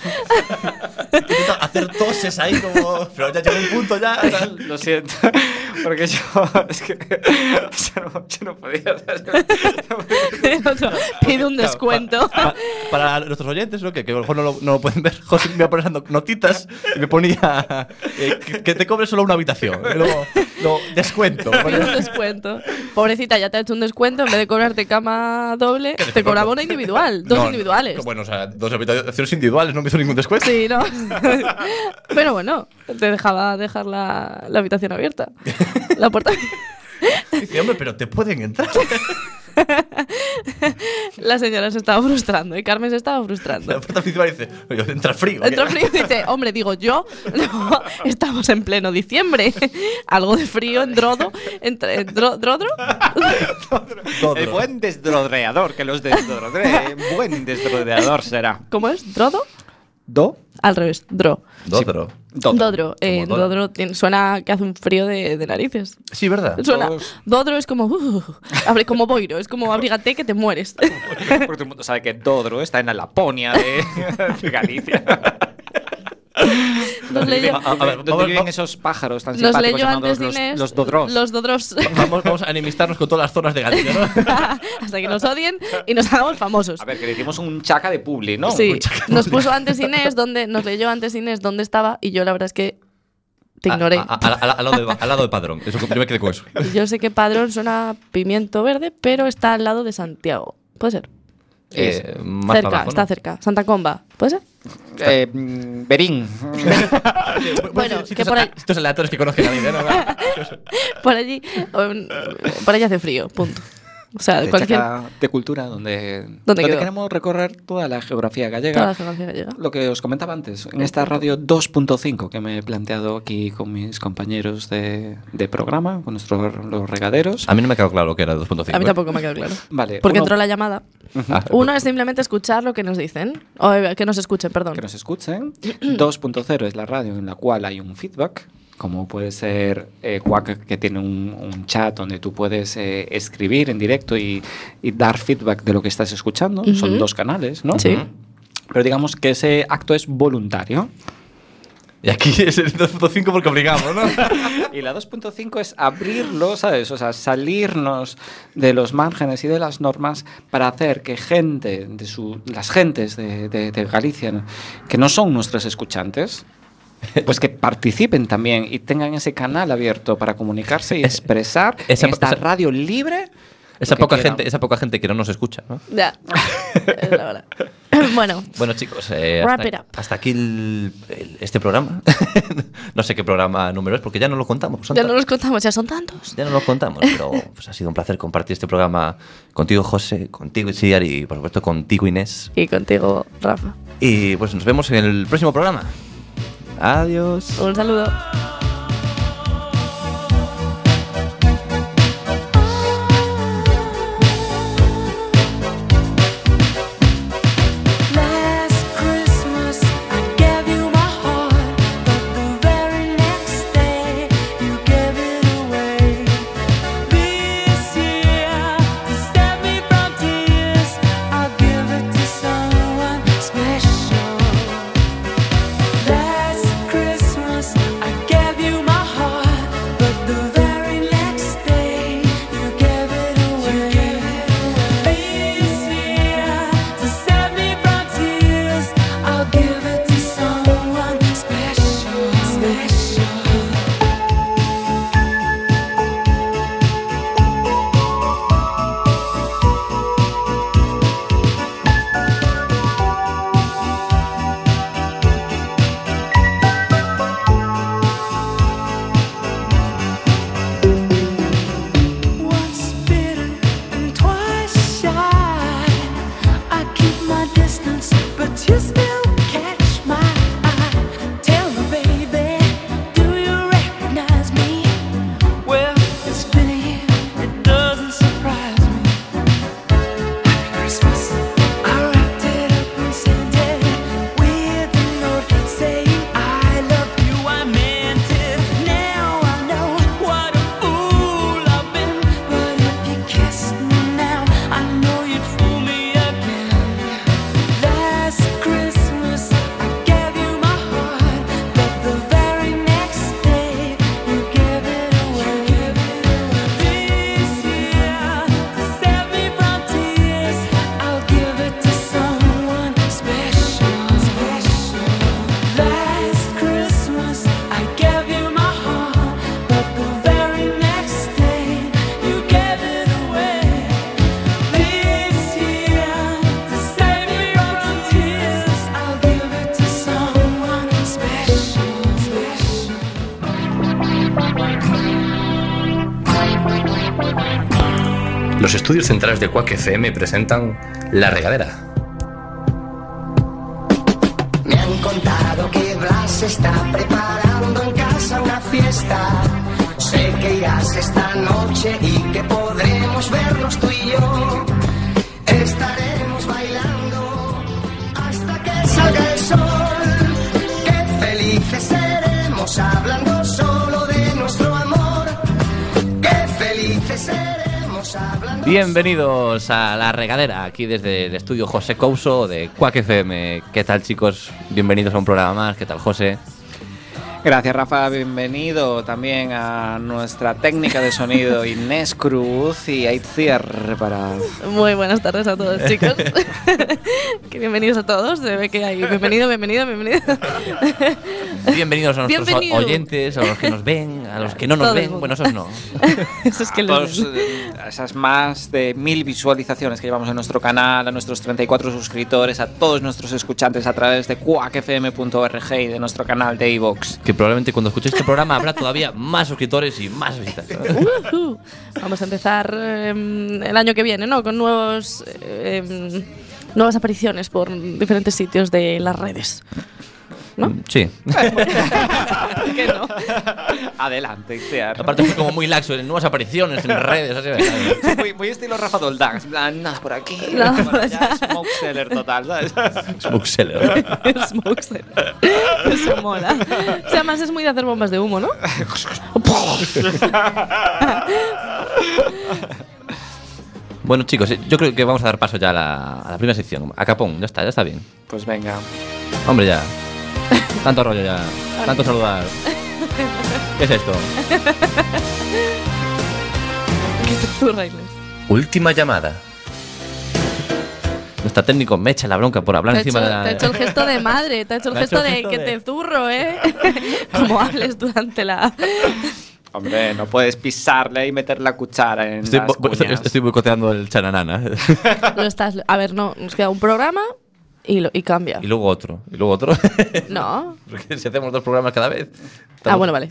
Speaker 1: Intento hacer toses ahí como. Pero ya llegó un punto ya.
Speaker 3: Lo siento, [LAUGHS] porque yo es que [LAUGHS] yo no, yo no podía hacer-
Speaker 2: El otro pide un descuento.
Speaker 1: Para, nuestros oyentes, ¿no? que, que a lo mejor no lo, no lo pueden ver, José me iba poniendo notitas y me ponía eh, que, que te cobre solo una habitación. Y luego, luego, descuento.
Speaker 2: [LAUGHS] Pide un descuento. Pobrecita, ya te ha hecho un descuento. En vez de cobrarte cama doble, te cobraba una individual. Dos
Speaker 1: No,
Speaker 2: individuales.
Speaker 1: Bueno, o sea, dos habitaciones individuales, no me hizo ningún descuento.
Speaker 2: Sí, ¿no? [LAUGHS] Pero bueno, te dejaba dejar la, la habitación abierta. La puerta
Speaker 1: [LAUGHS] Dice, hombre, pero te pueden entrar.
Speaker 2: [LAUGHS] La señora se estaba frustrando y Carmen se estaba frustrando.
Speaker 1: La puerta principal dice, "Oye, entra frío.
Speaker 2: Entró frío y dice, hombre, digo yo, [LAUGHS] no, estamos en pleno diciembre. [LAUGHS] Algo de frío en Drodo. En, en Dro- ¿Drodro? [LAUGHS]
Speaker 1: Todo.
Speaker 3: Eh,
Speaker 7: El buen desdrodreador, que los desdrodree. buen desdrodreador será.
Speaker 2: ¿Cómo es? ¿Drodo?
Speaker 3: Do,
Speaker 2: Al revés, Dro.
Speaker 1: Dodro.
Speaker 2: Dodro.
Speaker 1: Como
Speaker 2: Eh,
Speaker 1: Dodro.
Speaker 2: Dodro tiene- suena que hace un frío de, de narices.
Speaker 1: Sí, ¿verdad?
Speaker 2: Suena.
Speaker 3: Todos-
Speaker 2: Dodro es como. uh, abre como boiro, es como abrígate que
Speaker 7: [LAUGHS]
Speaker 2: te mueres.
Speaker 3: [LAUGHS]
Speaker 7: Porque todo el mundo sabe que Dodro está en la Laponia
Speaker 3: eh,
Speaker 2: [LAUGHS]
Speaker 7: de, de Galicia.
Speaker 2: Nos leyó,
Speaker 1: A- a- a ver,
Speaker 7: ¿Dónde
Speaker 1: vamos-
Speaker 7: viven
Speaker 1: va-
Speaker 7: esos pájaros tan
Speaker 2: nos
Speaker 7: Ah, simpáticos
Speaker 2: leyó antes
Speaker 7: llamados los,
Speaker 2: Inés.
Speaker 7: los Dodros?
Speaker 2: Los Dodros. [LAUGHS]
Speaker 1: Vamos, vamos a enemistarnos con todas las zonas de Galicia, ¿no?
Speaker 2: hasta que nos odien y nos hagamos famosos.
Speaker 7: A ver, que le hicimos un chaca de Publi, ¿no?
Speaker 2: sí, nos puso antes Inés donde nos leyó antes Inés dónde estaba y yo la verdad es que te
Speaker 7: Ah,
Speaker 2: ignoré.
Speaker 1: A- a- a- al, lado de, al lado de Padrón. Eso, yo me quedé con eso.
Speaker 2: Y Yo sé que Padrón suena a pimiento verde, pero está al lado de Santiago. Puede ser.
Speaker 1: Eh, más para
Speaker 2: cerca,
Speaker 1: abajo, ¿no?
Speaker 2: está cerca. Santa Comba. ¿Puede ser?
Speaker 3: eh, mm, Berín.
Speaker 2: Bueno,
Speaker 1: Sí,
Speaker 2: que
Speaker 1: estos-
Speaker 2: por ahí-
Speaker 1: Estos aleatorios que conozco a nadie, ¿no?
Speaker 2: [LAUGHS] Por allí, um, por allí hace frío, punto. O sea,
Speaker 3: de,
Speaker 2: cualquier
Speaker 3: Chaca de cultura, donde,
Speaker 2: quedó?
Speaker 3: queremos recorrer toda la geografía
Speaker 2: toda
Speaker 3: gallega.
Speaker 2: la geografía gallega.
Speaker 3: Lo que os comentaba antes, en esta radio 2.5 que me he planteado aquí con mis compañeros de, de programa, con nuestros los regaderos.
Speaker 1: A mí no me quedó claro lo que era 2.5.
Speaker 2: A mí
Speaker 1: ¿eh?
Speaker 2: tampoco me ha quedado claro.
Speaker 3: [LAUGHS] Vale,
Speaker 2: Porque
Speaker 3: uno-
Speaker 2: entró la llamada.
Speaker 1: Ah,
Speaker 2: Uno es simplemente escuchar lo que nos dicen. O eh, que nos escuchen, perdón.
Speaker 3: que nos escuchen. [CLEARS THROAT] 2.0 es la radio en la cual hay un feedback, como puede ser eh, Quack, que tiene un, un chat donde tú puedes eh, escribir en directo y, y dar feedback de lo que estás escuchando. Son dos canales, ¿no?
Speaker 2: Sí.
Speaker 3: Pero digamos que ese acto es voluntario.
Speaker 1: Y aquí es el 2.5 porque
Speaker 2: [LAUGHS]
Speaker 1: obligamos, ¿no?
Speaker 3: Y la 2.5 es abrirlo, ¿sabes? O sea, salirnos de los márgenes y de las normas para hacer que gente, de su, las gentes de, de- de Galicia, ¿no? que no son nuestros escuchantes, pues que participen también y tengan ese canal abierto para comunicarse y expresar
Speaker 1: esa-
Speaker 3: en esta
Speaker 1: esa-
Speaker 3: radio libre.
Speaker 1: Esa
Speaker 3: lo que
Speaker 1: poca,
Speaker 3: quieran.
Speaker 1: gente, esa poca gente que no nos escucha, ¿no?
Speaker 3: [LAUGHS]
Speaker 2: Ya. Es la verdad. [LAUGHS] Bueno,
Speaker 1: Bueno, chicos, eh,
Speaker 2: Wrap it
Speaker 1: hasta,
Speaker 2: up.
Speaker 1: hasta aquí el- el- este programa. [LAUGHS] no sé qué programa número es porque ya no lo contamos. son
Speaker 2: ya
Speaker 1: tan-
Speaker 2: no los contamos, ya son tantos.
Speaker 1: ya no lo contamos, pero pues, ha sido un placer compartir este programa contigo, José, contigo, Isiar y por supuesto contigo, Inés.
Speaker 2: Y contigo, Rafa.
Speaker 1: Y pues nos vemos en el próximo programa. Adiós.
Speaker 2: Un saludo.
Speaker 8: Last Christmas I gave you my heart, but the very next day you gave it away. This year to save me from tears, I'll give it to someone special. Last Christmas I gave you my heart, but the very next day you gave it away. This year to save me from tears, I'll give it to someone special, special. Once bitten and twice shy. I keep my distance, but you still catch my eye. Tell me, baby, do you recognize me? Well, it's been a year, it doesn't surprise me. Happy Christmas. I wrapped it up and sent it with a note saying I love you. I meant it. Now I know what a fool I've been. But if you kissed me now, I know you'd fool me again. Last Christmas I gave you my heart, but the very next day you gave it away. This year to save me from tears, I'll give it to someone special. Last Christmas I gave you my heart, but the very next day you gave it away. This year to save me from tears, I'll give it to someone special, special.
Speaker 9: Los estudios centrales de Quack FM presentan La Regadera.
Speaker 4: Me han contado que Blas está preparando en casa una fiesta. Sé que irás esta noche y que podremos vernos tú y yo. Estaremos bailando hasta que salga el sol. Qué felices seremos hablando solo de nuestro amor. Qué felices seremos hablando.
Speaker 1: Bienvenidos a La Regadera, aquí desde el estudio José Couso de Quack FM. ¿Qué tal, chicos? Bienvenidos a un programa más. ¿Qué tal, José?
Speaker 3: Gracias, Rafa. Bienvenido también a nuestra técnica de sonido Inés Cruz y Aitziar para
Speaker 2: Muy buenas tardes a
Speaker 3: [LAUGHS]
Speaker 2: todos, chicos. [LAUGHS] que bienvenidos a todos. Se ve que hay. Bienvenido, bienvenido, bienvenido. [LAUGHS]
Speaker 1: Bienvenidos a nuestros o-
Speaker 2: Bienvenido.
Speaker 1: oyentes, a los que nos ven, a los que no nos
Speaker 2: Todo el
Speaker 1: ven.
Speaker 2: mundo.
Speaker 1: Bueno, esos no.
Speaker 2: Eso es que
Speaker 3: a
Speaker 2: los-
Speaker 3: todos, eh, a esas más de mil visualizaciones que llevamos en nuestro canal, a nuestros 34 suscriptores, a todos nuestros escuchantes a través de cuacfm.org y de nuestro canal
Speaker 1: [LAUGHS]
Speaker 3: de iVoox.
Speaker 1: Que probablemente cuando escuchéis este programa habrá todavía más suscriptores y más visitas.
Speaker 2: Ujú. Vamos a empezar eh, el año que viene, ¿no? Con nuevos. eh, em, nuevas apariciones por diferentes sitios de las redes.
Speaker 1: Sí.
Speaker 2: ¿Qué no? [LAUGHS]
Speaker 3: Adelante, Aitziar.
Speaker 1: Aparte fue como muy laxo en nuevas apariciones en redes. así.
Speaker 3: [LAUGHS] Muy, muy estilo Rafa Doldán. en plan, Nada por aquí.
Speaker 2: Nada
Speaker 3: nada por
Speaker 2: por
Speaker 3: allá,
Speaker 1: [LAUGHS]
Speaker 3: smoke seller total, ¿sabes?
Speaker 1: Smokeseller.
Speaker 2: Smokester. Eso mola. O sea, además es muy de hacer bombas de humo, ¿no?
Speaker 1: Bueno, chicos, eh, yo creo que vamos a dar paso ya a la, a la primera sección. A Capón, ya está, ya está bien.
Speaker 3: Pues venga.
Speaker 1: Hombre, ya. Tanto rollo ya. Tanto saludar. ¿Qué es esto?
Speaker 2: Tú, Reyes.
Speaker 9: Última llamada.
Speaker 1: Nuestro técnico me echa la bronca por hablar
Speaker 2: Te ha
Speaker 1: encima
Speaker 2: hecho,
Speaker 1: de la.
Speaker 2: te ha hecho el gesto de madre, te ha hecho el
Speaker 1: Te ha hecho
Speaker 2: gesto
Speaker 1: el
Speaker 2: de
Speaker 1: gesto
Speaker 2: que
Speaker 1: de-
Speaker 2: te zurro, ¿eh? [LAUGHS] Como hables durante la.
Speaker 7: Hombre, no puedes pisarle y meter la cuchara en
Speaker 1: Estoy,
Speaker 7: las
Speaker 1: bo- bo-
Speaker 7: cuñas.
Speaker 1: estoy boicoteando el chananana.
Speaker 2: Lo estás. A ver, no, nos queda un programa y, lo, y cambia.
Speaker 1: y luego otro. Y luego otro. [LAUGHS]
Speaker 2: No.
Speaker 1: Porque si hacemos dos programas cada vez.
Speaker 2: Ah,
Speaker 1: estamos-
Speaker 2: bueno, vale.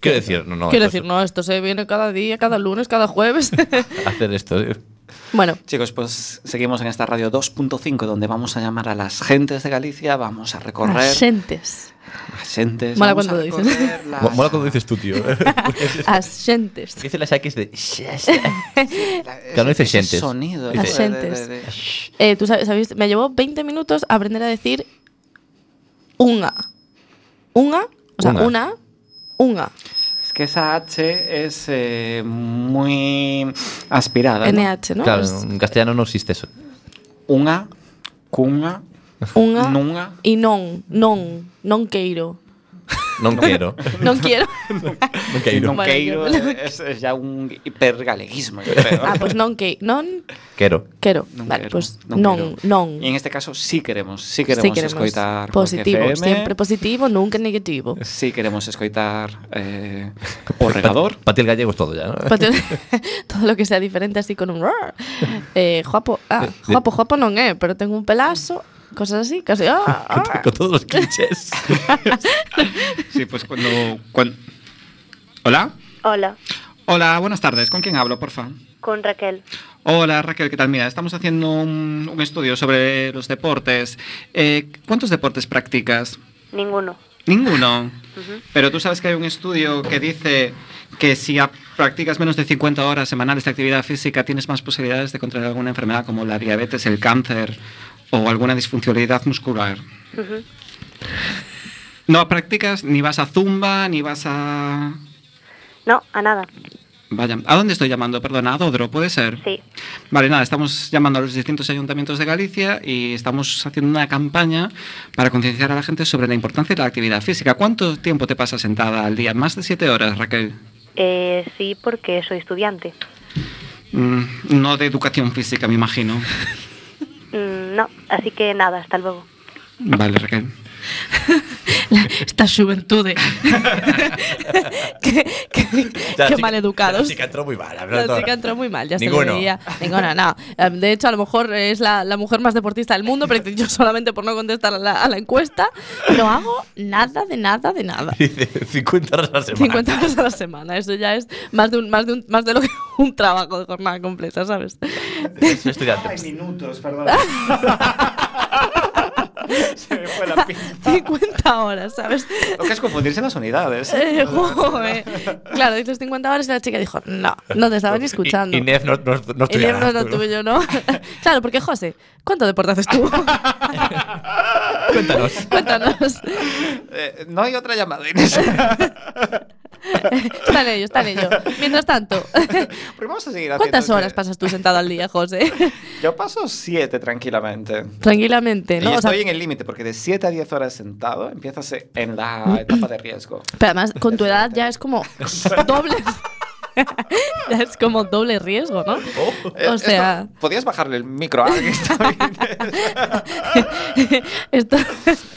Speaker 1: Quiero decir, no, no.
Speaker 2: Quiero
Speaker 1: esto
Speaker 2: decir, no, esto se viene cada día, cada lunes, cada jueves.
Speaker 1: es- Hacer esto. eh.
Speaker 2: [LAUGHS] bueno,
Speaker 3: Chicos, pues seguimos en esta radio 2.5 donde vamos a llamar a las gentes de Galicia, vamos a
Speaker 1: Ah,
Speaker 3: recorrer
Speaker 2: asentes.
Speaker 3: las gentes.
Speaker 2: Mola
Speaker 3: vamos
Speaker 2: cuando
Speaker 3: a
Speaker 2: lo
Speaker 3: recorrer
Speaker 2: dices.
Speaker 3: las-
Speaker 1: Mo- Mola cuando dices tú,
Speaker 2: [LAUGHS]
Speaker 1: tío.
Speaker 2: Asentes.
Speaker 1: Dice las X de. Claro, no dices
Speaker 3: ese
Speaker 1: gentes.
Speaker 3: sonido.
Speaker 1: Dices-
Speaker 3: ¿no? De- de-
Speaker 2: Asentes.
Speaker 3: de- de-
Speaker 2: Eh, Tú sabes, sabéis, me llevó 20 minutos aprender a decir unga. Unga, o sea,
Speaker 1: Unga.
Speaker 2: una, unga.
Speaker 3: Es que esa H es eh, muy aspirada. ¿no?
Speaker 2: NH, [LAUGHS] E ¿no?
Speaker 1: Claro,
Speaker 2: Es
Speaker 1: en castellano no existe eso.
Speaker 3: Unha, cunga,
Speaker 2: unga
Speaker 3: nunga.
Speaker 2: y non, non, non queiro.
Speaker 1: No quiero.
Speaker 2: [LAUGHS] Non quiero.
Speaker 1: No quiero.
Speaker 3: No
Speaker 2: Bueno,
Speaker 3: queiro
Speaker 2: yo-
Speaker 3: es, es ya un hipergaleguismo, yo creo.
Speaker 2: [LAUGHS] ah, pues non quei, non
Speaker 1: Quiero.
Speaker 2: quero.
Speaker 3: Non
Speaker 2: vale,
Speaker 3: quero,
Speaker 2: pues
Speaker 3: non
Speaker 2: non,
Speaker 3: quero.
Speaker 2: non.
Speaker 3: Y en este caso sí queremos, sí
Speaker 2: Sí
Speaker 3: queremos, escoitar Coque
Speaker 2: positivo,
Speaker 3: FM,
Speaker 2: siempre positivo, nunca negativo.
Speaker 3: Sí queremos escoitar eh, o
Speaker 1: [LAUGHS]
Speaker 3: regador.
Speaker 1: Para ti el gallego es todo ya, ¿no?
Speaker 2: Pa ter- [LAUGHS] todo lo que sea diferente así con un roar. Eh, guapo, ah, guapo, guapo non é, pero tengo un pelazo, cosas así, casi ah, ah.
Speaker 1: Con todos los
Speaker 2: [LAUGHS]
Speaker 1: clichés.
Speaker 3: Sí, pues cuando, cuan- Hola.
Speaker 10: Hola,
Speaker 3: Hola, buenas tardes. ¿Con quién hablo, porfa?
Speaker 10: con Raquel.
Speaker 3: Hola Raquel, ¿qué tal? Mira, estamos haciendo un, un estudio sobre los deportes. Eh, ¿Cuántos deportes practicas?
Speaker 10: Ninguno.
Speaker 3: Ninguno. Pero tú sabes que hay un estudio que dice que si a- practicas menos de 50 horas semanales de actividad física tienes más posibilidades de contraer alguna enfermedad como la diabetes, el cáncer o alguna disfuncionalidad muscular.
Speaker 10: Ujú.
Speaker 3: No practicas, ni vas a zumba, ni vas a...
Speaker 10: No, a nada.
Speaker 3: Vaya, ¿a dónde estoy llamando? Perdona, a Dodro, ¿puede ser?
Speaker 10: Sí.
Speaker 3: Vale, nada, estamos llamando a los distintos ayuntamientos de Galicia y estamos haciendo una campaña para concienciar a la gente sobre la importancia de la actividad física. ¿Cuánto tiempo te pasas sentada al día? Más de siete horas, Raquel.
Speaker 10: Eh, sí, porque soy estudiante.
Speaker 3: Mm, no de educación física, me imagino.
Speaker 10: Mm, no, así que nada, hasta luego.
Speaker 3: Vale, Raquel.
Speaker 2: Esta xuventude. que que, que mal educados.
Speaker 1: Sí, que entró muy mal.
Speaker 2: La chica entró muy mal, ya se le
Speaker 1: Ninguno.
Speaker 2: veía. Ninguna, no. Eh, De hecho, a lo mejor es la, la mujer más deportista del mundo, pero [LAUGHS] yo solamente por no contestar a la, a la encuesta, no hago nada de nada de nada.
Speaker 1: [LAUGHS] Dice 50 horas a la semana.
Speaker 2: 50
Speaker 1: [LAUGHS]
Speaker 2: horas a la semana, eso ya es más de, un, más de, un- más de lo que [LAUGHS] un trabajo de jornada completa, ¿sabes?
Speaker 1: Es un estudiante.
Speaker 7: minutos, [LAUGHS] perdón. Se me fue la pinta.
Speaker 2: 50 horas, ¿sabes?
Speaker 7: Lo que es confundirse en las unidades.
Speaker 2: Eh, joder. Claro, dices 50 horas y la chica dijo, no, no te estaba ni escuchando.
Speaker 1: Y, y Nef no, no, no
Speaker 2: El
Speaker 1: estudiará,
Speaker 2: no es lo
Speaker 1: tú, ¿no?
Speaker 2: tuyo, ¿no? [LAUGHS] claro, porque José, ¿cuánto deporte haces tú?
Speaker 1: Cuéntanos.
Speaker 2: [LAUGHS] Cuéntanos.
Speaker 7: Eh, no hay otra llamada, Inés. [LAUGHS]
Speaker 2: Está en ello, está en ello. Mientras tanto,
Speaker 7: Porque vamos a seguir
Speaker 2: ¿cuántas
Speaker 7: haciendo
Speaker 2: horas
Speaker 7: este-
Speaker 2: pasas tú sentado al día, José? [LAUGHS]
Speaker 7: Yo paso siete tranquilamente.
Speaker 2: Tranquilamente,
Speaker 7: Y
Speaker 2: Eh, ¿no? O sea,
Speaker 7: estoy en el límite, porque de 7 a 10 horas sentado empiezas en la etapa de riesgo.
Speaker 2: pero además, con tu edad ya es como doble. [LAUGHS] ya es como doble riesgo, ¿no?
Speaker 7: Eh,
Speaker 2: O
Speaker 3: Oh.
Speaker 7: esto-
Speaker 2: sea,
Speaker 7: ¿Podrías bajarle el micro a
Speaker 2: [LAUGHS]
Speaker 7: alguien?
Speaker 2: esto.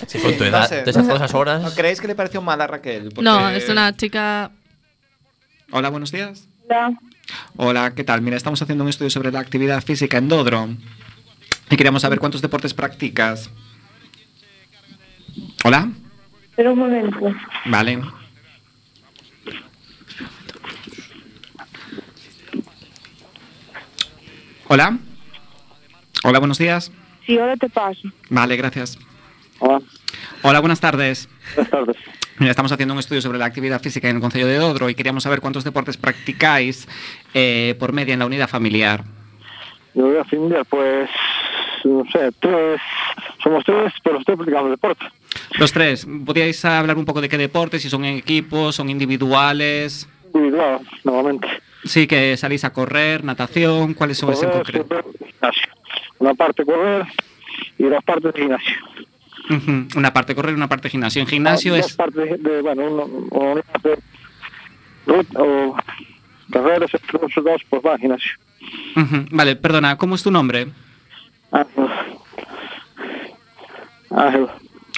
Speaker 1: Si con tu
Speaker 7: No
Speaker 1: edad,
Speaker 7: sé.
Speaker 1: te echas todas esas
Speaker 7: ¿No
Speaker 1: [LAUGHS] horas.
Speaker 7: creéis que le pareció mal a Raquel? Porque-
Speaker 2: No, es una chica.
Speaker 3: Hola, buenos días.
Speaker 10: Hola.
Speaker 3: Hola, ¿qué tal? Mira, estamos haciendo un estudio sobre la actividad física en Dodro y queríamos saber cuántos deportes practicas. Hola.
Speaker 10: Espera un momento.
Speaker 3: Vale. Hola. Hola, buenos días.
Speaker 10: Sí, ahora te paso.
Speaker 3: Vale, gracias.
Speaker 11: Hola,
Speaker 3: Hola, buenas tardes.
Speaker 11: buenas tardes.
Speaker 3: Mira, estamos haciendo un estudio sobre la actividad física en el Concello de Odro y queríamos saber cuántos deportes practicáis eh, por media en la unidad familiar.
Speaker 11: Yo voy a familiar, pues, no sé, tres, somos tres, pero estoy practicando deporte.
Speaker 3: Los tres, ¿podríais hablar un poco de qué deportes? Si son en equipos, son individuales.
Speaker 11: Individual, normalmente.
Speaker 3: Sí, que salís a correr, natación, ¿cuáles son en
Speaker 11: Correr,
Speaker 3: concreto?
Speaker 11: siempre, gimnasio. Una parte correr y dos partes de gimnasio.
Speaker 6: Ujú, Una parte correr, una parte gimnasio. En gimnasio
Speaker 5: Ah,
Speaker 6: es
Speaker 5: dos partes de, bueno, uno, o una parte rut- o carreras, incluso dos, pues va, gimnasio.
Speaker 6: Ujú, Vale, perdona, ¿cómo es tu nombre?
Speaker 5: Ángel. Ángel.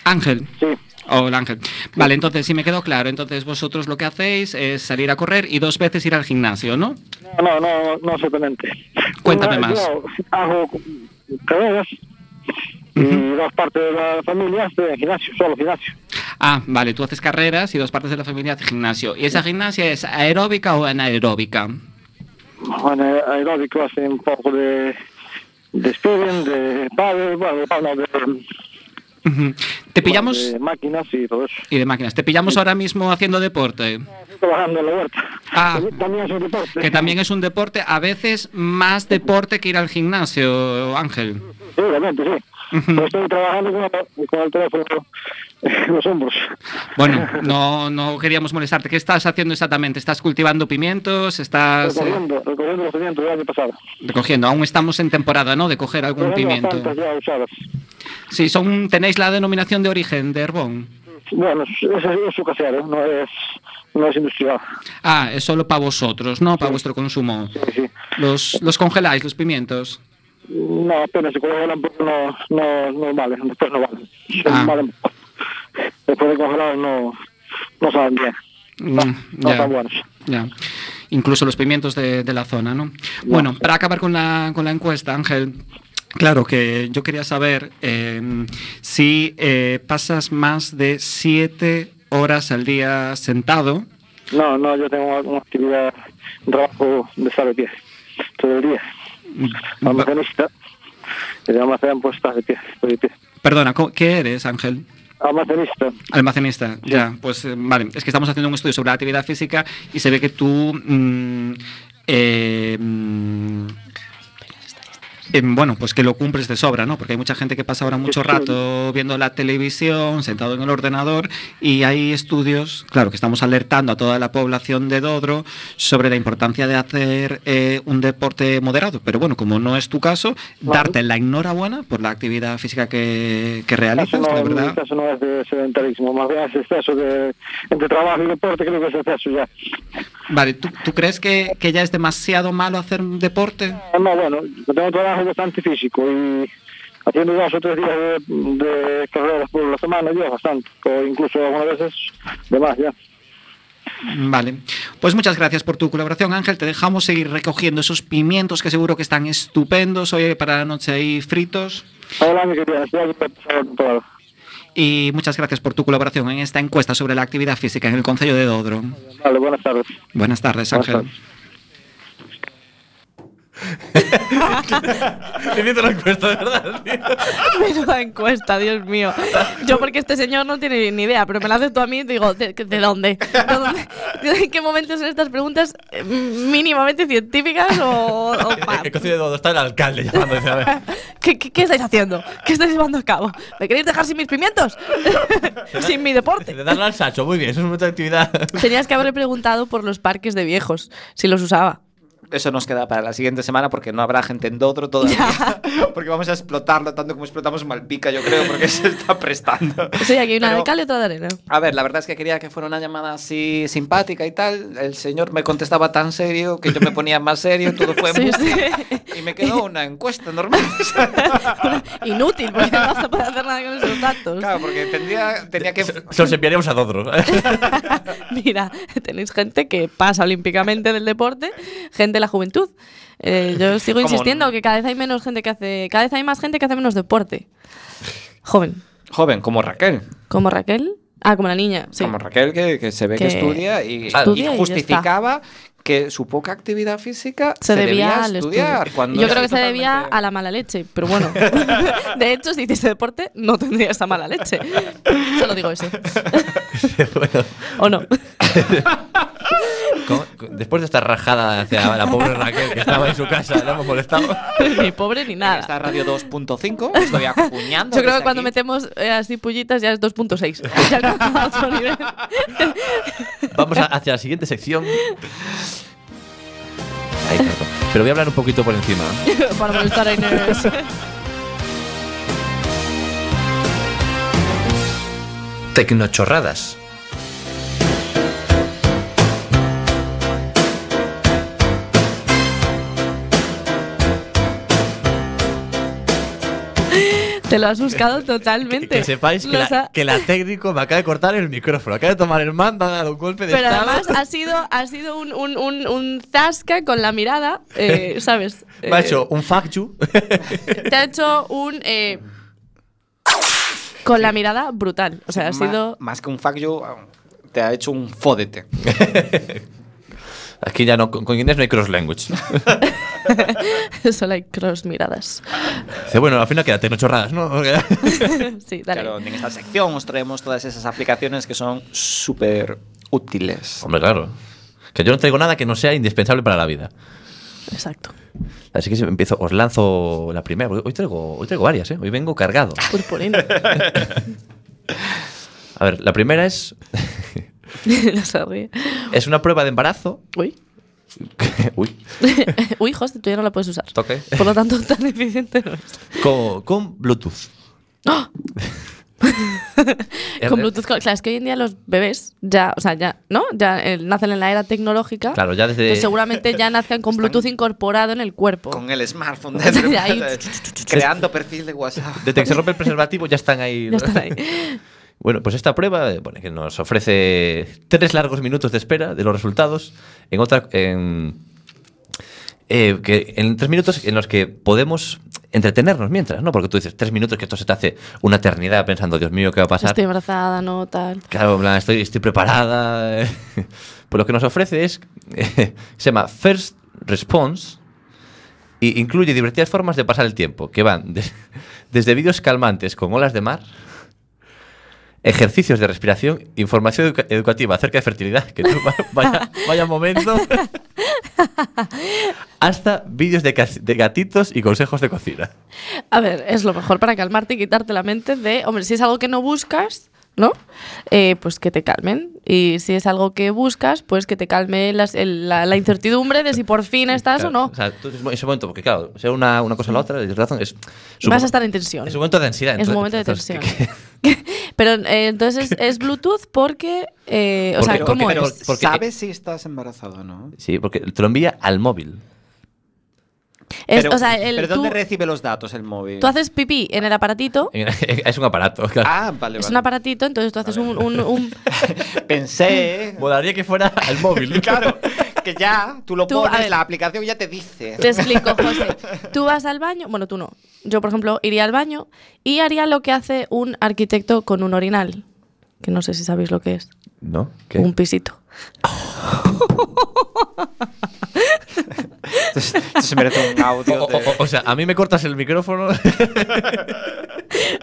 Speaker 6: Ángel.
Speaker 5: Sí.
Speaker 6: Hola Ángel. Vale, entonces, si me quedó claro, entonces vosotros lo que hacéis es salir a correr y dos veces ir al gimnasio, ¿no?
Speaker 5: No, no, no, no exactamente.
Speaker 6: Cuéntame
Speaker 5: Una-
Speaker 6: más.
Speaker 5: yo hago carreras y dos partes de la familia de gimnasio, solo gimnasio.
Speaker 6: Ah, vale, tú haces carreras y dos partes de la familia hacen gimnasio. ¿Y esa gimnasia es aeróbica o anaeróbica?
Speaker 5: Bueno, aeróbico hace un poco de, de spinning, de padre, bueno, de pádel, de,
Speaker 6: Ujú. ¿Te pillamos?
Speaker 5: de máquinas y todo eso.
Speaker 6: Y de máquinas. ¿Te pillamos ahora mismo haciendo deporte?
Speaker 5: Estoy trabajando en la huerta.
Speaker 6: Ah,
Speaker 5: También es un deporte.
Speaker 6: que también es un deporte, a veces más deporte que ir al gimnasio, Ángel.
Speaker 5: Seguramente, sí. Pero estoy trabajando con, con el teléfono [LAUGHS] en los hombros.
Speaker 6: Bueno, no, no queríamos molestarte. ¿Qué estás haciendo exactamente? ¿Estás cultivando pimientos? ¿Estás eh,
Speaker 5: Recogiendo, recogiendo los pimientos del año pasado.
Speaker 6: recogiendo? Aún estamos en temporada, ¿no? De coger algún
Speaker 5: Recogiendo
Speaker 6: pimiento.
Speaker 5: bastantes ya usadas.
Speaker 6: Sí, son, tenéis la denominación de origen de Herbón.
Speaker 5: Bueno, es, es su casero, no es, no es industrial.
Speaker 6: Ah, es solo para vosotros, ¿no? Para vuestro consumo. Los, los congeláis, los pimientos.
Speaker 5: No, apenas se congelan porque no, no, no vale, después no valen. Se
Speaker 6: Ah.
Speaker 5: valen poco. Después de congelados no, no saben bien,
Speaker 6: Mm,
Speaker 5: no
Speaker 6: ya,
Speaker 5: están buenos.
Speaker 6: ya. Incluso los pimientos de, de la zona, ¿no? Bueno, para acabar con la, con la encuesta, Ángel, claro que yo quería saber eh, si eh, pasas más de siete horas al día sentado.
Speaker 5: No, no, yo tengo una actividad, un trabajo de estar de pie, todo el día.
Speaker 6: Mm.
Speaker 5: Almacenista, el almacén pues estás de pie, estoy de pie.
Speaker 6: Perdona, ¿co- ¿qué eres, Ángel?
Speaker 5: Almacenista,
Speaker 6: Almacenista, ya, pues eh, vale, es que estamos haciendo un estudio sobre la actividad física y se ve que tú... mm, eh, mm, em, bueno, pues que lo cumples de sobra, ¿no? Porque hay mucha gente que pasa ahora mucho rato viendo la televisión, sentado en el ordenador, y hay estudios, claro, que estamos alertando a toda la población de Dodro sobre la importancia de hacer eh, un deporte moderado. Pero bueno, como no es tu caso, darte la enhorabuena por la actividad física que, que
Speaker 5: eso
Speaker 6: realizas,
Speaker 5: no,
Speaker 6: la
Speaker 5: en
Speaker 6: verdad.
Speaker 5: mi caso no es de sedentarismo, más bien es exceso de, entre trabajo y deporte creo que es exceso ya.
Speaker 6: Vale, ¿tú, tú crees que, que ya es demasiado malo hacer un deporte?
Speaker 5: No, bueno, yo tengo trabajo bastante físico y haciendo dos o tres días de, de carreras por la semana ya es bastante, o incluso algunas veces de más ya.
Speaker 6: Vale, pues muchas gracias por tu colaboración, Ángel. Te dejamos seguir recogiendo esos pimientos que seguro que están estupendos hoy para la noche ahí fritos.
Speaker 5: Hola, mi querida, estoy aquí para pasar todo.
Speaker 6: Y muchas gracias por tu colaboración en esta encuesta sobre la actividad física en el Concello de Dodro.
Speaker 5: Vale, buenas tardes.
Speaker 6: Buenas tardes,
Speaker 5: Buenas
Speaker 6: Ángel.
Speaker 1: Hiciste la encuesta, de verdad,
Speaker 2: [LAUGHS] Menuda encuesta, Dios mío. Yo porque este señor no tiene ni idea, pero me la haces tú a mí y te digo, ¿de, de dónde? ¿De dónde? ¿En qué momento son estas preguntas eh, mínimamente científicas
Speaker 1: [LAUGHS]
Speaker 2: o, o pa-
Speaker 1: El cocido de Dodo está el alcalde llamando. Dice, a ver,
Speaker 2: ¿Qué, qué, qué estáis haciendo? ¿Qué estáis llevando a cabo? ¿Me queréis dejar sin mis pimientos? [LAUGHS] sin mi deporte.
Speaker 1: de darle al Sacho, muy bien, eso es mucha actividad. [LAUGHS]
Speaker 2: Tenías que haberle preguntado por los parques de viejos, si los usaba.
Speaker 3: Eso nos queda para la siguiente semana porque no habrá gente en Dodro todavía. [LAUGHS] porque vamos a explotarlo tanto como explotamos Malpica, yo creo, porque se está prestando.
Speaker 2: Sí, aquí hay una
Speaker 3: Pero-
Speaker 2: de cal y otra de arena.
Speaker 3: A ver, la verdad es que quería que fuera una llamada así simpática y tal. El señor me contestaba tan serio que yo me ponía más serio, todo fue
Speaker 2: Sí,
Speaker 3: en
Speaker 2: sí.
Speaker 3: [LAUGHS] bucle, Y
Speaker 2: [LAUGHS]
Speaker 3: me quedó una encuesta normal. [LAUGHS]
Speaker 2: Inútil, porque no vas a poder hacer nada con esos datos.
Speaker 3: Claro, porque tendría, tenía que...
Speaker 1: Se los enviaríamos a [LAUGHS] Dodro.
Speaker 2: [LAUGHS] Mira, tenéis gente que pasa olímpicamente del deporte, gente de la juventud. Eh, yo sigo
Speaker 3: Como-
Speaker 2: insistiendo que cada vez hay menos gente que hace, cada vez hay más gente que hace menos deporte. Joven,
Speaker 3: Joven, como Raquel.
Speaker 2: como Raquel. Ah, como la niña, sí.
Speaker 3: Como Raquel, que, que se ve que,
Speaker 2: Que
Speaker 3: estudia y,
Speaker 2: estudia
Speaker 3: y
Speaker 2: y ya
Speaker 3: justificaba que su poca actividad física se,
Speaker 2: se debía
Speaker 3: debía
Speaker 2: al
Speaker 3: estudiar.
Speaker 2: estudio.
Speaker 3: Cuando
Speaker 2: Yo creo que se debía a la mala leche,
Speaker 1: [LAUGHS]
Speaker 2: pero bueno. [LAUGHS] de hecho, si hiciese deporte, no tendría esa mala leche. Solo digo eso. [LAUGHS] ¿O no? [LAUGHS]
Speaker 1: ¿Cómo? Después de esta rajada hacia la pobre Raquel que estaba en su casa, la hemos molestado.
Speaker 2: ni pobre ni nada.
Speaker 3: Esta radio 2.5,
Speaker 2: [LAUGHS]
Speaker 3: estoy acuñando.
Speaker 2: Yo creo
Speaker 3: desde
Speaker 2: que cuando
Speaker 3: aquí.
Speaker 2: metemos eh, así pullitas ya
Speaker 1: [LAUGHS]
Speaker 2: es 2.6. Ya no a otro nivel.
Speaker 1: Vamos a- hacia la siguiente sección. Ay, perdón. Pero voy a hablar un poquito por encima.
Speaker 2: Para molestar a Inés.
Speaker 9: Tecnochorradas.
Speaker 2: Te lo has buscado totalmente.
Speaker 1: Que sepáis que
Speaker 2: Los
Speaker 1: la,
Speaker 2: ha-
Speaker 1: que la técnico me acaba de cortar el micrófono. Acaba de tomar el mando, ha dado un golpe de
Speaker 2: Pero
Speaker 1: estado.
Speaker 2: además ha sido, ha sido un, un, un, un zasca con la mirada,
Speaker 1: [LAUGHS]
Speaker 2: eh, ¿sabes?
Speaker 1: me ha hecho un fuck you.
Speaker 2: Eh, te ha hecho un... eh, con la mirada brutal. O sea, ha
Speaker 3: Ma-
Speaker 2: sido... [LAUGHS]
Speaker 3: Más que un fuck you, te ha hecho un fódete.
Speaker 1: Aquí ya no, con, con Inés no hay cross language.
Speaker 2: Solo hay cross miradas. [LAUGHS]
Speaker 1: Dice, bueno, al final queda tecnochorradas, ¿no?
Speaker 2: sí, dale.
Speaker 3: Claro, en esta sección os traemos todas esas aplicaciones que son súper
Speaker 1: [LAUGHS]
Speaker 3: útiles.
Speaker 1: Hombre, claro. Que yo no traigo nada que no sea indispensable para la vida.
Speaker 2: Exacto.
Speaker 1: Así que si empiezo, os lanzo la primera. porque Hoy traigo, hoy traigo varias, ¿eh? Hoy vengo cargado.
Speaker 2: Purpurina. [LAUGHS]
Speaker 1: A ver, la primera es, [LAUGHS]
Speaker 2: no sabía.
Speaker 1: es una prueba de embarazo.
Speaker 2: Uy. [LAUGHS]
Speaker 1: [LAUGHS] Uy,
Speaker 2: Uy, host, tú ya no la puedes usar.
Speaker 1: toque.
Speaker 2: Por lo tanto, tan eficiente no es.
Speaker 1: Con, con Bluetooth. [LAUGHS]
Speaker 2: ¡Ah!
Speaker 3: Eh,
Speaker 1: Es-
Speaker 2: Con Bluetooth. con- Claro, es que hoy en día los bebés ya, o sea, ya, ¿no? Ya eh, nacen en la era tecnológica.
Speaker 1: Claro, ya desde-
Speaker 2: Pues seguramente ya nazcan con Bluetooth incorporado en el cuerpo. [LAUGHS]
Speaker 3: eh. Con el smartphone
Speaker 2: Desde
Speaker 3: dentro,
Speaker 2: ahí.
Speaker 3: [LAUGHS] creando perfil de WhatsApp.
Speaker 1: Desde que se rompe el preservativo ya están ahí.
Speaker 2: [LAUGHS] Ya están ahí.
Speaker 1: [LAUGHS] Bueno, pues esta prueba eh, bueno, que nos ofrece tres largos minutos de espera de los resultados en otra en, eh, que en tres minutos en los que podemos entretenernos mientras, ¿no? Porque tú dices tres minutos que esto se te hace una eternidad pensando, Dios mío, ¿qué va a pasar?
Speaker 2: Estoy embarazada, no tal.
Speaker 1: Claro, en plan, estoy, estoy preparada. [LAUGHS] Pues lo que nos ofrece es. eh, [LAUGHS] se llama First Response. Y incluye divertidas formas de pasar el tiempo, que van de- [LAUGHS] desde vídeos calmantes con olas de mar, ejercicios de respiración, información educa- educativa acerca de fertilidad, que tú [LAUGHS] va- vaya, vaya
Speaker 2: [LAUGHS]
Speaker 1: momento, hasta vídeos de, cas- de gatitos y consejos de cocina.
Speaker 2: A ver, es lo mejor para calmarte y quitarte la mente de, hombre, si es algo que no buscas, ¿no? Eh, pues que te calmen. Y si es algo que buscas, pues que te calme las- el- la, la incertidumbre de si por fin estás
Speaker 1: Claro,
Speaker 2: o no.
Speaker 1: O sea, tú, en ese momento, porque claro, sea una, una cosa o la otra, el razón es. su-
Speaker 2: Vas a estar en tensión.
Speaker 1: Es un momento de ansiedad.
Speaker 2: Es un momento de
Speaker 1: entonces,
Speaker 2: tensión. [LAUGHS] Pero eh, entonces es Bluetooth porque, eh, o sea,
Speaker 1: Porque-
Speaker 2: ¿cómo
Speaker 1: porque-
Speaker 2: es?
Speaker 1: porque-
Speaker 3: ¿Sabes si estás embarazado o no?
Speaker 1: Sí, porque te lo envía al móvil. [LAUGHS]
Speaker 2: Es-
Speaker 3: pero,
Speaker 2: o sea, el-
Speaker 3: ¿pero
Speaker 2: tú,
Speaker 3: ¿dónde recibe los datos el móvil?
Speaker 2: tú haces pipí en el aparatito.
Speaker 1: Es un aparato. Claro.
Speaker 3: Ah, vale,
Speaker 2: Es
Speaker 3: vale.
Speaker 2: un aparatito, entonces tú haces un, un- un- [LAUGHS]
Speaker 3: Pensé
Speaker 1: Molaría que fuera al móvil.
Speaker 3: [LAUGHS] claro, que ya tú lo
Speaker 2: Tú, a
Speaker 3: pones,
Speaker 2: ver.
Speaker 3: la aplicación ya te dice.
Speaker 2: Te explico, José. Tú vas al baño, bueno, tú no. Yo, por ejemplo, iría al baño y haría lo que hace un arquitecto con un orinal, que no sé si sabéis lo que es.
Speaker 1: [LAUGHS] ¿No? ¿Qué?
Speaker 2: Un pisito.
Speaker 3: Esto, esto se merece [LAUGHS] un
Speaker 1: O,
Speaker 3: audio.
Speaker 1: o-
Speaker 3: de-
Speaker 1: o- o sea, a mí me cortas el [LAUGHS] micrófono.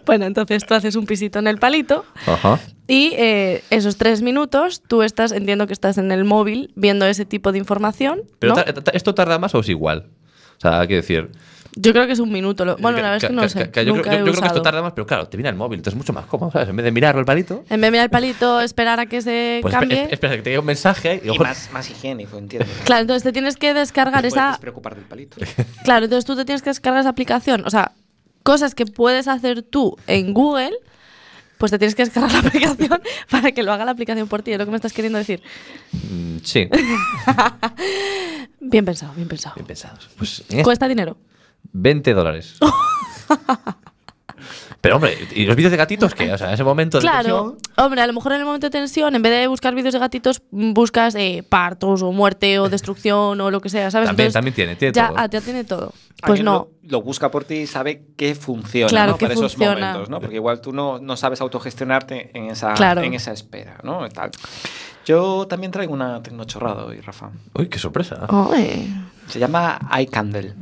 Speaker 2: Bueno, entonces tú haces un pisito en el palito
Speaker 1: Ajá.
Speaker 2: Y eh, esos tres minutos, tú estás, entiendo que estás en el móvil viendo ese tipo de información.
Speaker 1: Pero
Speaker 2: ¿no?
Speaker 1: ta- eh, ta- ¿esto tarda más o es igual? O sea, hay que decir.
Speaker 2: Yo creo que es un minuto. lo- bueno, la verdad es que no lo sé.
Speaker 1: yo
Speaker 2: nunca
Speaker 1: creo, yo
Speaker 2: he
Speaker 1: creo que esto
Speaker 2: usado.
Speaker 1: tarda más, pero claro, te viene al móvil, entonces es mucho más cómodo, ¿sabes? En vez de mirarlo el palito,
Speaker 2: En vez de mirar el palito, esperar a que se
Speaker 1: pues espe-
Speaker 2: cambie.
Speaker 1: espe- espera que te llegue un mensaje ahí, y,
Speaker 3: Y
Speaker 1: ojo,
Speaker 3: más, más
Speaker 2: [LAUGHS]
Speaker 3: higiénico, entiendo.
Speaker 2: claro, entonces te tienes que descargar
Speaker 1: Pues,
Speaker 2: esa.
Speaker 3: Puedes preocupar del [LAUGHS] palito.
Speaker 2: Claro, entonces tú te tienes que descargar esa aplicación. O sea, cosas que puedes hacer tú en Google, pues te tienes que descargar la [LAUGHS] aplicación para que lo haga la aplicación por ti. Es lo que me estás queriendo decir.
Speaker 1: mm,
Speaker 2: [LAUGHS]
Speaker 1: Sí,
Speaker 2: Bien pensado, bien pensado.
Speaker 1: bien pensados. Pues, eh,
Speaker 2: Cuesta dinero.
Speaker 1: 20
Speaker 2: [LAUGHS]
Speaker 1: dólares. Pero hombre, ¿y los vídeos de gatitos qué? O sea, ese momento de
Speaker 2: Claro,
Speaker 1: tensión,
Speaker 2: hombre, a lo mejor en el momento de tensión, en vez de buscar vídeos de gatitos, mm, buscas eh, partos o
Speaker 1: [LAUGHS]
Speaker 2: muerte o destrucción o lo que sea, ¿sabes?
Speaker 1: También- también tiene, tiene
Speaker 2: ya,
Speaker 1: todo.
Speaker 2: ah, ya tiene todo. Pues
Speaker 3: Alguien
Speaker 2: no.
Speaker 3: Lo, lo busca por ti y sabe que funciona
Speaker 2: Claro,
Speaker 3: ¿no?
Speaker 2: que
Speaker 3: para
Speaker 2: funciona.
Speaker 3: esos momentos, ¿no? Porque igual tú no, no sabes autogestionarte en esa,
Speaker 2: Claro.
Speaker 3: en esa espera, ¿no? Tal. Yo también traigo una tecnochorrada hoy, Rafa.
Speaker 1: Uy, qué sorpresa.
Speaker 3: Oh.
Speaker 2: Ay,
Speaker 3: Se llama iCandle.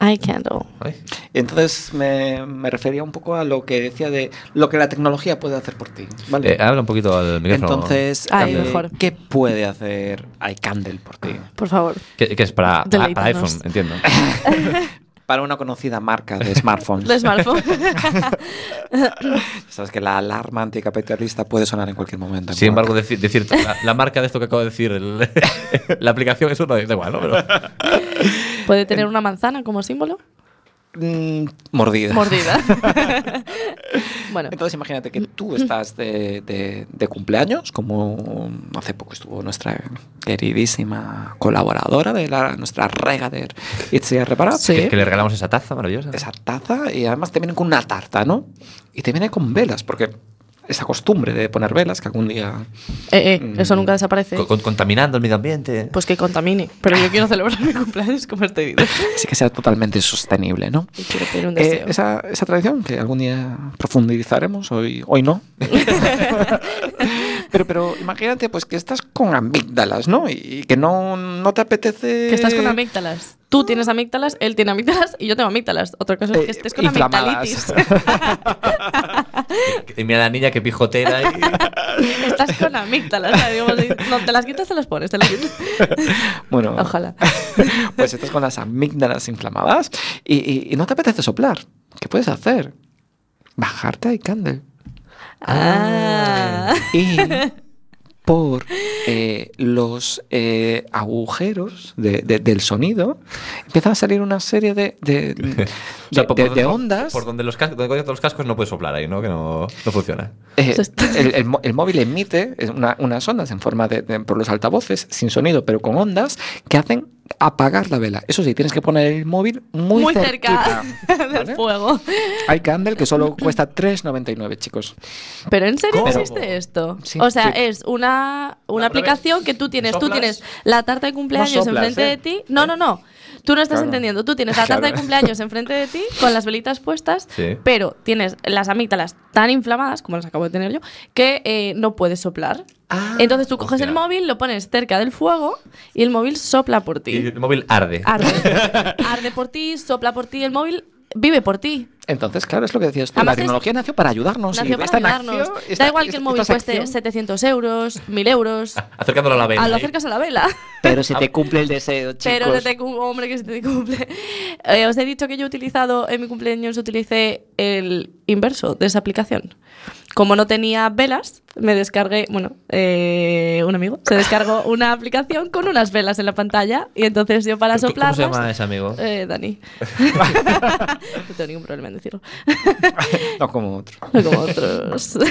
Speaker 2: I can't. oh.
Speaker 1: Ay.
Speaker 3: Entonces me, me refería un poco a lo que decía de lo que la tecnología puede hacer por ti, ¿vale?
Speaker 1: Eh, habla un poquito al micrófono.
Speaker 3: Entonces,
Speaker 2: Ay,
Speaker 3: eh,
Speaker 2: mejor.
Speaker 3: ¿qué puede hacer iCandle por ti?
Speaker 2: Por favor.
Speaker 1: Que, que es para, a- para
Speaker 2: Deleítanos.
Speaker 1: iPhone,
Speaker 3: [LAUGHS]
Speaker 1: entiendo.
Speaker 3: Para una conocida marca
Speaker 2: [LAUGHS]
Speaker 3: de smartphones.
Speaker 1: [LAUGHS]
Speaker 2: De smartphone.
Speaker 3: Sabes que la alarma anticapitalista puede sonar en cualquier momento. en
Speaker 1: Sin embargo,
Speaker 3: cualquier-
Speaker 1: deci- decir la, la marca de esto que acabo de decir, el- [LAUGHS]
Speaker 3: [LAUGHS]
Speaker 1: la aplicación, eso no da igual, ¿no? Pero-
Speaker 2: Puede tener una manzana como símbolo.
Speaker 3: mm,
Speaker 2: [LAUGHS]
Speaker 3: mordida.
Speaker 2: Mordida. [LAUGHS] bueno.
Speaker 3: Entonces imagínate que tú estás de, de- de cumpleaños, como hace poco estuvo nuestra queridísima colaboradora de la, nuestra regader Itzia Reparat.
Speaker 1: Que, que le regalamos esa taza maravillosa.
Speaker 3: esa taza y además te vienen con una tarta, ¿no? Y te viene con velas, porque esa costumbre de poner velas que algún día...
Speaker 2: Eh,
Speaker 3: Mm.
Speaker 2: eh, eso nunca desaparece.
Speaker 1: Con- con- contaminando el medio ambiente.
Speaker 2: Pues que contamine. Pero yo quiero celebrar [LAUGHS] mi cumpleaños como este vídeo.
Speaker 3: Así que sea totalmente sostenible, ¿no?
Speaker 2: Y quiero pedir un
Speaker 3: Eh,
Speaker 2: deseo.
Speaker 3: esa, esa tradición que algún día profundizaremos, hoy,
Speaker 2: [LAUGHS]
Speaker 3: hoy no. pero, pero imagínate pues que estás con amígdalas, ¿no? Y, y que no, no te apetece...
Speaker 2: Que estás con amígdalas. Tú tienes amígdalas, él tiene amígdalas y yo tengo amígdalas. Otra cosa es que estés con
Speaker 3: Eh, inflamadas. [LAUGHS]
Speaker 2: amigdalitis. [LAUGHS]
Speaker 1: Que- Y mira la niña que pijotera.
Speaker 3: [LAUGHS]
Speaker 1: y-
Speaker 2: estás con amígdalas. ¿sabes? Como si- no, te las quitas, te las pones. Te las
Speaker 3: [LAUGHS]
Speaker 2: quitas.
Speaker 3: Bueno,
Speaker 2: Ojalá.
Speaker 3: [LAUGHS] pues estás con las amígdalas inflamadas y, y- y no te apetece soplar. ¿Qué puedes hacer? Bajarte a iCandle.
Speaker 2: Ah.
Speaker 3: Y por eh, los eh, agujeros de- de- del sonido empiezan a salir una serie de, de- de-
Speaker 1: [LAUGHS] O sea, por-
Speaker 3: de-
Speaker 1: por-
Speaker 3: de
Speaker 1: por-
Speaker 3: ondas.
Speaker 1: Por donde los cascos, donde los cascos no puedes soplar ahí, ¿no? Que no, no funciona.
Speaker 3: Eh, el, el mo- el móvil emite una- unas ondas en forma de, de- por los altavoces, sin sonido, pero con ondas que hacen apagar la vela. Eso sí, tienes que poner el móvil muy,
Speaker 2: Muy
Speaker 3: cerquita.
Speaker 2: cerca
Speaker 3: Ah.
Speaker 2: [LAUGHS] del fuego.
Speaker 3: Hay candle que solo cuesta 3,99, chicos.
Speaker 2: ¿Pero en serio
Speaker 3: ¿Cómo?
Speaker 2: existe esto?
Speaker 3: Sí,
Speaker 2: o sea,
Speaker 3: sí.
Speaker 2: es una, una aplicación que tú tienes. Tú
Speaker 1: soplas.
Speaker 2: tienes la tarta de cumpleaños
Speaker 1: No soplas,
Speaker 2: enfrente
Speaker 1: ¿eh?
Speaker 2: de ti. No, no, no. Tú no estás
Speaker 1: Claro.
Speaker 2: entendiendo. Tú tienes la tarta
Speaker 1: Claro.
Speaker 2: de cumpleaños enfrente de ti con las velitas puestas,
Speaker 1: Sí.
Speaker 2: pero tienes las amígdalas tan inflamadas, como las acabo de tener yo, que eh, no puedes soplar.
Speaker 1: Ah,
Speaker 2: Entonces tú coges el móvil, lo pones cerca del fuego y el móvil sopla por ti.
Speaker 1: Y el móvil arde. [LAUGHS]
Speaker 3: Ah.
Speaker 2: Arde. Arde por ti, sopla por ti, el móvil vive por ti.
Speaker 3: Entonces, claro, es lo que decías tú.
Speaker 2: Además,
Speaker 3: la tecnología nació para ayudarnos.
Speaker 2: Nació
Speaker 3: y
Speaker 2: para
Speaker 3: está en
Speaker 2: ayudarnos.
Speaker 3: acción, está-
Speaker 2: da igual que
Speaker 3: es-
Speaker 2: el móvil
Speaker 3: esta
Speaker 2: cueste [LAUGHS]
Speaker 3: acción.
Speaker 2: 700 euros, 1000 euros.
Speaker 1: Acercándolo a la vela.
Speaker 2: Ah, lo
Speaker 1: ahí.
Speaker 2: acercas a la vela.
Speaker 3: Pero se te cumple el deseo,
Speaker 2: Pero se te cum- hombre, que se te cumple. Eh, os he dicho que yo he utilizado, en mi cumpleaños utilicé el inverso de esa aplicación. Como no tenía velas, me descargué, bueno, eh, un amigo se descargó una aplicación con unas velas en la pantalla y entonces yo para
Speaker 1: ¿Cómo-
Speaker 2: soplarlas...
Speaker 1: ¿Cómo se llama ese
Speaker 3: [LAUGHS]
Speaker 1: amigo? [LAUGHS]
Speaker 2: Eh, Dani. [LAUGHS] no tengo ningún problema en decirlo.
Speaker 3: No como otro.
Speaker 2: No [LAUGHS] como otros. [LAUGHS]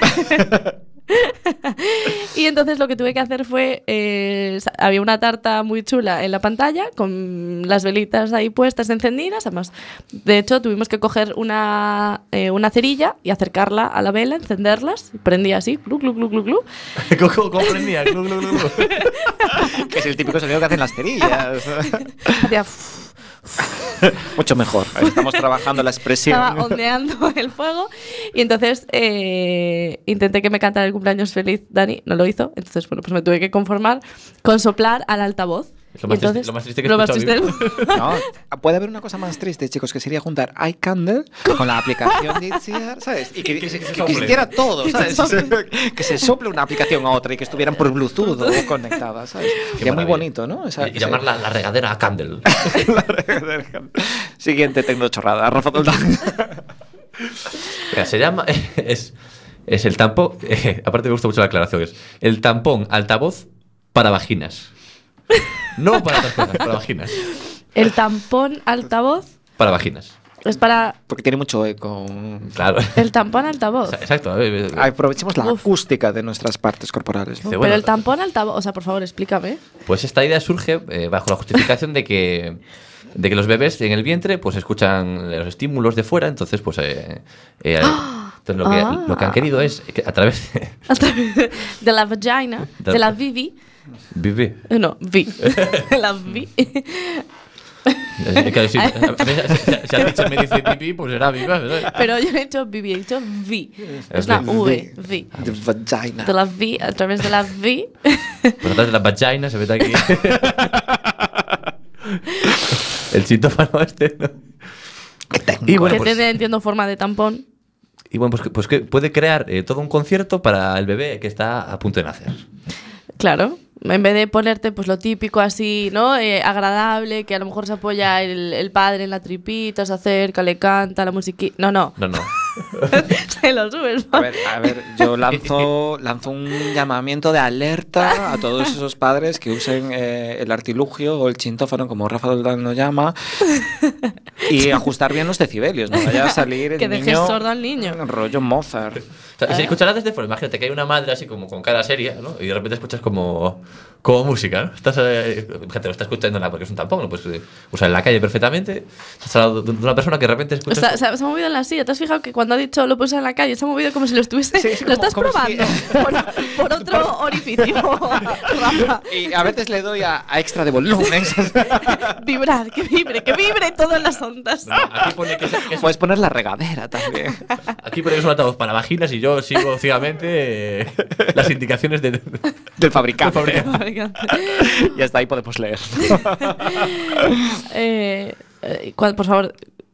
Speaker 2: y entonces lo que tuve que hacer fue, eh, sa- había una tarta muy chula en la pantalla, con las velitas ahí puestas, encendidas, además. De hecho, tuvimos que coger una, eh, una cerilla y acercarla a la vela, encenderlas, y prendía así, glu, glu, glu, glu, glu.
Speaker 1: ¿Cómo, cómo [LAUGHS] prendía? Glu, glu, glu, glu.
Speaker 3: que es el típico sonido que hacen las cerillas.
Speaker 2: Hacía
Speaker 3: [LAUGHS] Mucho mejor. Estamos trabajando la expresión.
Speaker 2: Estaba ondeando [LAUGHS] el fuego. Y entonces eh, intenté que me cantara el cumpleaños feliz. Dani no lo hizo. Entonces, bueno, pues me tuve que conformar con soplar al altavoz.
Speaker 1: Es lo más
Speaker 2: Y entonces,
Speaker 1: triste- lo más triste que he
Speaker 2: lo más
Speaker 1: escuchado
Speaker 2: triste del mundo.
Speaker 3: No, puede haber una cosa más triste, chicos, que sería juntar iCandle con la aplicación de Itziar, ¿sabes? Y que, que- que
Speaker 1: sople.
Speaker 3: existiera todo,
Speaker 2: Que se
Speaker 3: ¿sabes? [LAUGHS] que se sople una aplicación a otra y que estuvieran por Bluetooth o conectadas, ¿sabes? Sería muy
Speaker 1: maravilla.
Speaker 3: bonito, ¿no? Esa-
Speaker 1: Y llamarla la regadera a Candle. [LAUGHS]
Speaker 3: Siguiente
Speaker 6: [LAUGHS]
Speaker 3: tecnochorrada, Rafa Doldán.
Speaker 1: Mira, se llama. [LAUGHS] Es, es el tampón. [LAUGHS] aparte, me gusta mucho la aclaración. Es el tampón altavoz para vaginas. No para otras cosas, para vaginas.
Speaker 2: El tampón altavoz
Speaker 1: Para vaginas.
Speaker 2: es para.
Speaker 3: Porque tiene mucho eco. [LAUGHS]
Speaker 1: Claro.
Speaker 2: El tampón altavoz.
Speaker 1: Exacto. eh, eh,
Speaker 3: Aprovechemos la acústica de nuestras partes corporales, ¿no?
Speaker 1: dice,
Speaker 2: Pero
Speaker 1: bueno,
Speaker 2: el tampón altavoz. O sea, por favor, explícame.
Speaker 1: Pues esta idea surge eh, bajo la justificación de que, de que los bebés en el vientre pues escuchan los estímulos de fuera, entonces pues eh,
Speaker 3: [GASPS]
Speaker 1: eh, entonces lo, que,
Speaker 2: Ah.
Speaker 1: lo que han querido es que a través de, [LAUGHS]
Speaker 2: De la vagina, de la Vivi.
Speaker 1: Vivi.
Speaker 2: Eh, No, vi. [LAUGHS] De la vi.
Speaker 1: Eh, claro,
Speaker 2: [LAUGHS]
Speaker 1: sí, a- a- si- si has dicho me dice Vivi, pues será Vivi.
Speaker 2: [LAUGHS]
Speaker 1: ¿verdad?
Speaker 2: Pero yo no he hecho Vivi, he hecho vi. Es
Speaker 1: Es
Speaker 2: una
Speaker 1: vi.
Speaker 2: V, vi.
Speaker 3: De vagina.
Speaker 2: De la vi, a través de la vi. [LAUGHS]
Speaker 1: Pues atrás de la vagina se mete aquí. el sintófano este. ¿no? Y bueno,
Speaker 2: que
Speaker 1: pues,
Speaker 2: tiene, entiendo, forma de tampón.
Speaker 1: y bueno, pues, que- pues que puede crear eh, todo un concierto para el bebé que está a punto de nacer.
Speaker 2: Claro. En vez de ponerte pues lo típico así, ¿no? Eh, agradable, que a lo mejor se apoya el, el padre en la tripita, se acerca, le canta, la musiquita. No,
Speaker 1: [LAUGHS]
Speaker 2: no. [LAUGHS]
Speaker 1: No, no.
Speaker 2: se lo subes.
Speaker 3: A ver, a ver,
Speaker 2: [LAUGHS]
Speaker 3: yo lanzo, lanzo un llamamiento de alerta a todos esos padres que usen eh, el artilugio o el chintófano, como Rafa Doldán lo llama,
Speaker 2: [LAUGHS]
Speaker 3: Y ajustar bien los decibelios, no vaya a salir el
Speaker 2: que
Speaker 3: niño
Speaker 2: dejes sordo al niño.
Speaker 3: rollo Mozart.
Speaker 1: O sea, se escuchará desde fuera. Imagínate que hay una madre así como con cara seria, ¿no? Y de repente escuchas como, como música, ¿no? Estás, eh, gente, lo está escuchando nada porque es un tampón, lo puedes eh, usar en la calle perfectamente. Estás al lado de una persona que de repente
Speaker 2: O
Speaker 1: escucha.
Speaker 2: sea, se, ha- se ha movido en la silla. ¿Te has fijado que cuando ha dicho lo puse en la calle, se ha movido como si lo estuviese? lo estás probando [LAUGHS] por, por
Speaker 1: [LAUGHS]
Speaker 2: otro orificio. [LAUGHS] Rafa,
Speaker 3: Y a veces le doy a, a extra de volumen.
Speaker 2: vibrad, que vibre, que vibre todas las ondas. [LAUGHS]
Speaker 1: Aquí pone que es, que es-
Speaker 3: Puedes poner la regadera también.
Speaker 1: aquí pone que es un altavoz para vaginas y yo sigo ciegamente eh, las indicaciones de.
Speaker 3: Del fabricante.
Speaker 1: Del
Speaker 3: [LAUGHS]
Speaker 1: fabricante.
Speaker 3: Y hasta ahí podemos leer.
Speaker 2: Eh, eh, cua- por favor,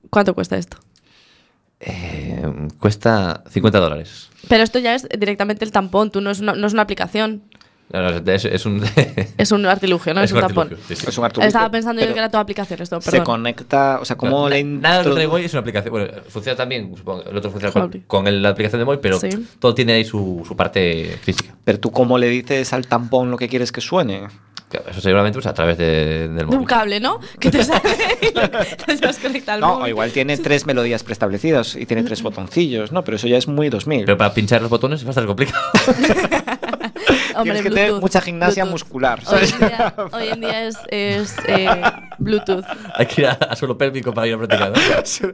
Speaker 2: ¿cuánto cuesta esto?
Speaker 1: Eh, cuesta 50 dólares.
Speaker 2: Pero esto ya es directamente el tampón, tú no es una, no es una aplicación,
Speaker 1: No, no, es, es un.
Speaker 2: es un artilugio, no es, un tampón.
Speaker 1: artilugio, sí, sí.
Speaker 3: Es un arturo.
Speaker 2: Estaba pensando yo
Speaker 3: Pero
Speaker 2: que era toda aplicación esto,
Speaker 3: Se
Speaker 2: perdón.
Speaker 3: conecta, o sea, como
Speaker 1: Na-
Speaker 3: le
Speaker 1: nada del otro de
Speaker 3: introdu-
Speaker 1: Moy es una aplicación. Bueno, funciona también, supongo. El otro funciona
Speaker 2: Con la
Speaker 1: con,
Speaker 2: apli-
Speaker 1: con el- la aplicación de Moy, pero
Speaker 2: Sí.
Speaker 1: todo tiene ahí su, su parte física.
Speaker 3: Pero tú, ¿cómo le dices al tampón lo que quieres que suene?
Speaker 1: Claro, Eso seguramente pues, a través de- del
Speaker 2: De un
Speaker 1: móvil.
Speaker 2: cable, ¿no? Que te sale y
Speaker 3: [LAUGHS]
Speaker 2: lo, lo llevas conectado al
Speaker 3: No,
Speaker 2: móvil.
Speaker 3: o igual
Speaker 2: [LAUGHS]
Speaker 3: tiene tres melodías preestablecidas y tiene tres botoncillos, ¿no? Pero eso ya es muy 2000.
Speaker 1: Pero para pinchar los botones es bastante complicado. [LAUGHS]
Speaker 2: Hombre,
Speaker 3: Tienes que tener
Speaker 2: Bluetooth,
Speaker 3: mucha gimnasia
Speaker 2: Bluetooth.
Speaker 3: muscular,
Speaker 2: Hoy
Speaker 3: ¿sabes?
Speaker 2: en día, hoy en día es, es,
Speaker 3: [LAUGHS]
Speaker 2: eh, Bluetooth.
Speaker 1: Hay que ir a, a suelo pélvico para ir a practicar. ¿no?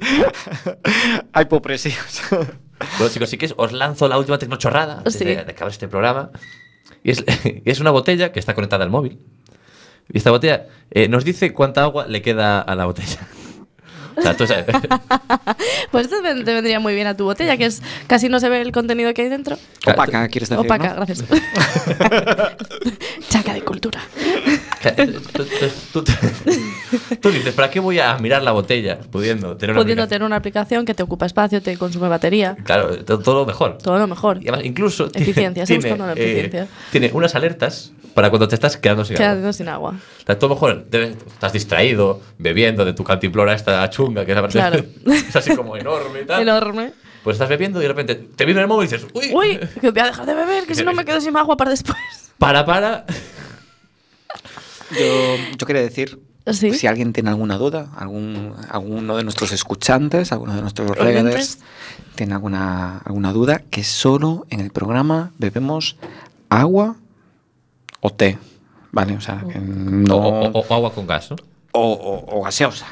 Speaker 3: [LAUGHS] Hay popresivos.
Speaker 1: Bueno, chicos, sí que os lanzo la última tecnochorrada antes
Speaker 2: Sí.
Speaker 1: de, de acabar este programa. Y es, [LAUGHS] y es una botella que está conectada al móvil. Y esta botella eh, nos dice cuánta agua le queda a la botella. [LAUGHS] O sea,
Speaker 2: [LAUGHS]
Speaker 1: tú sabes.
Speaker 2: Pues esto ven- te vendría muy bien a tu botella, que es casi no se ve el contenido que hay dentro.
Speaker 3: Opaca, quieres decir,
Speaker 2: Opaca,
Speaker 3: ¿no? [LAUGHS]
Speaker 2: gracias. Chaca de cultura.
Speaker 1: tú, tú- tú- [LAUGHS] tú dices, ¿para qué voy a mirar la botella pudiendo tener una
Speaker 2: Pudiendo
Speaker 1: aplicación?
Speaker 2: tener una aplicación que te ocupa espacio, te consume batería,
Speaker 1: Claro, to- todo lo mejor.
Speaker 2: todo lo mejor.
Speaker 1: Y además, incluso tiene-
Speaker 2: Eficiencia,
Speaker 1: [LAUGHS]
Speaker 2: se
Speaker 1: tiene,
Speaker 2: busca una
Speaker 1: eh,
Speaker 2: eficiencia.
Speaker 1: tiene unas alertas para cuando te estás quedando sin agua.
Speaker 2: Quedando sin agua.
Speaker 1: O sea, tú a lo mejor te- estás distraído bebiendo de tu cantimplora esta chunga que es, aparte-
Speaker 2: Claro.
Speaker 1: [LAUGHS] es así como enorme y tal.
Speaker 2: Enorme.
Speaker 1: Pues estás bebiendo y de repente te viene el móvil y dices, uy,
Speaker 2: Uy, que voy a dejar de beber, que si no me quedo sin agua
Speaker 1: [LAUGHS]
Speaker 2: para después.
Speaker 1: para, para.
Speaker 3: Yo, yo quería decir,
Speaker 2: Sí.
Speaker 3: si alguien tiene alguna duda, algún, alguno de nuestros escuchantes, alguno de nuestros
Speaker 2: Oyentes.
Speaker 3: regaders, tiene alguna, alguna duda, que solo en el programa bebemos agua o té. Vale, o sea,
Speaker 2: Oh.
Speaker 3: que no...
Speaker 1: O, o- o agua con gas, ¿no?
Speaker 3: o, o- o
Speaker 2: [LAUGHS]
Speaker 3: gaseosa.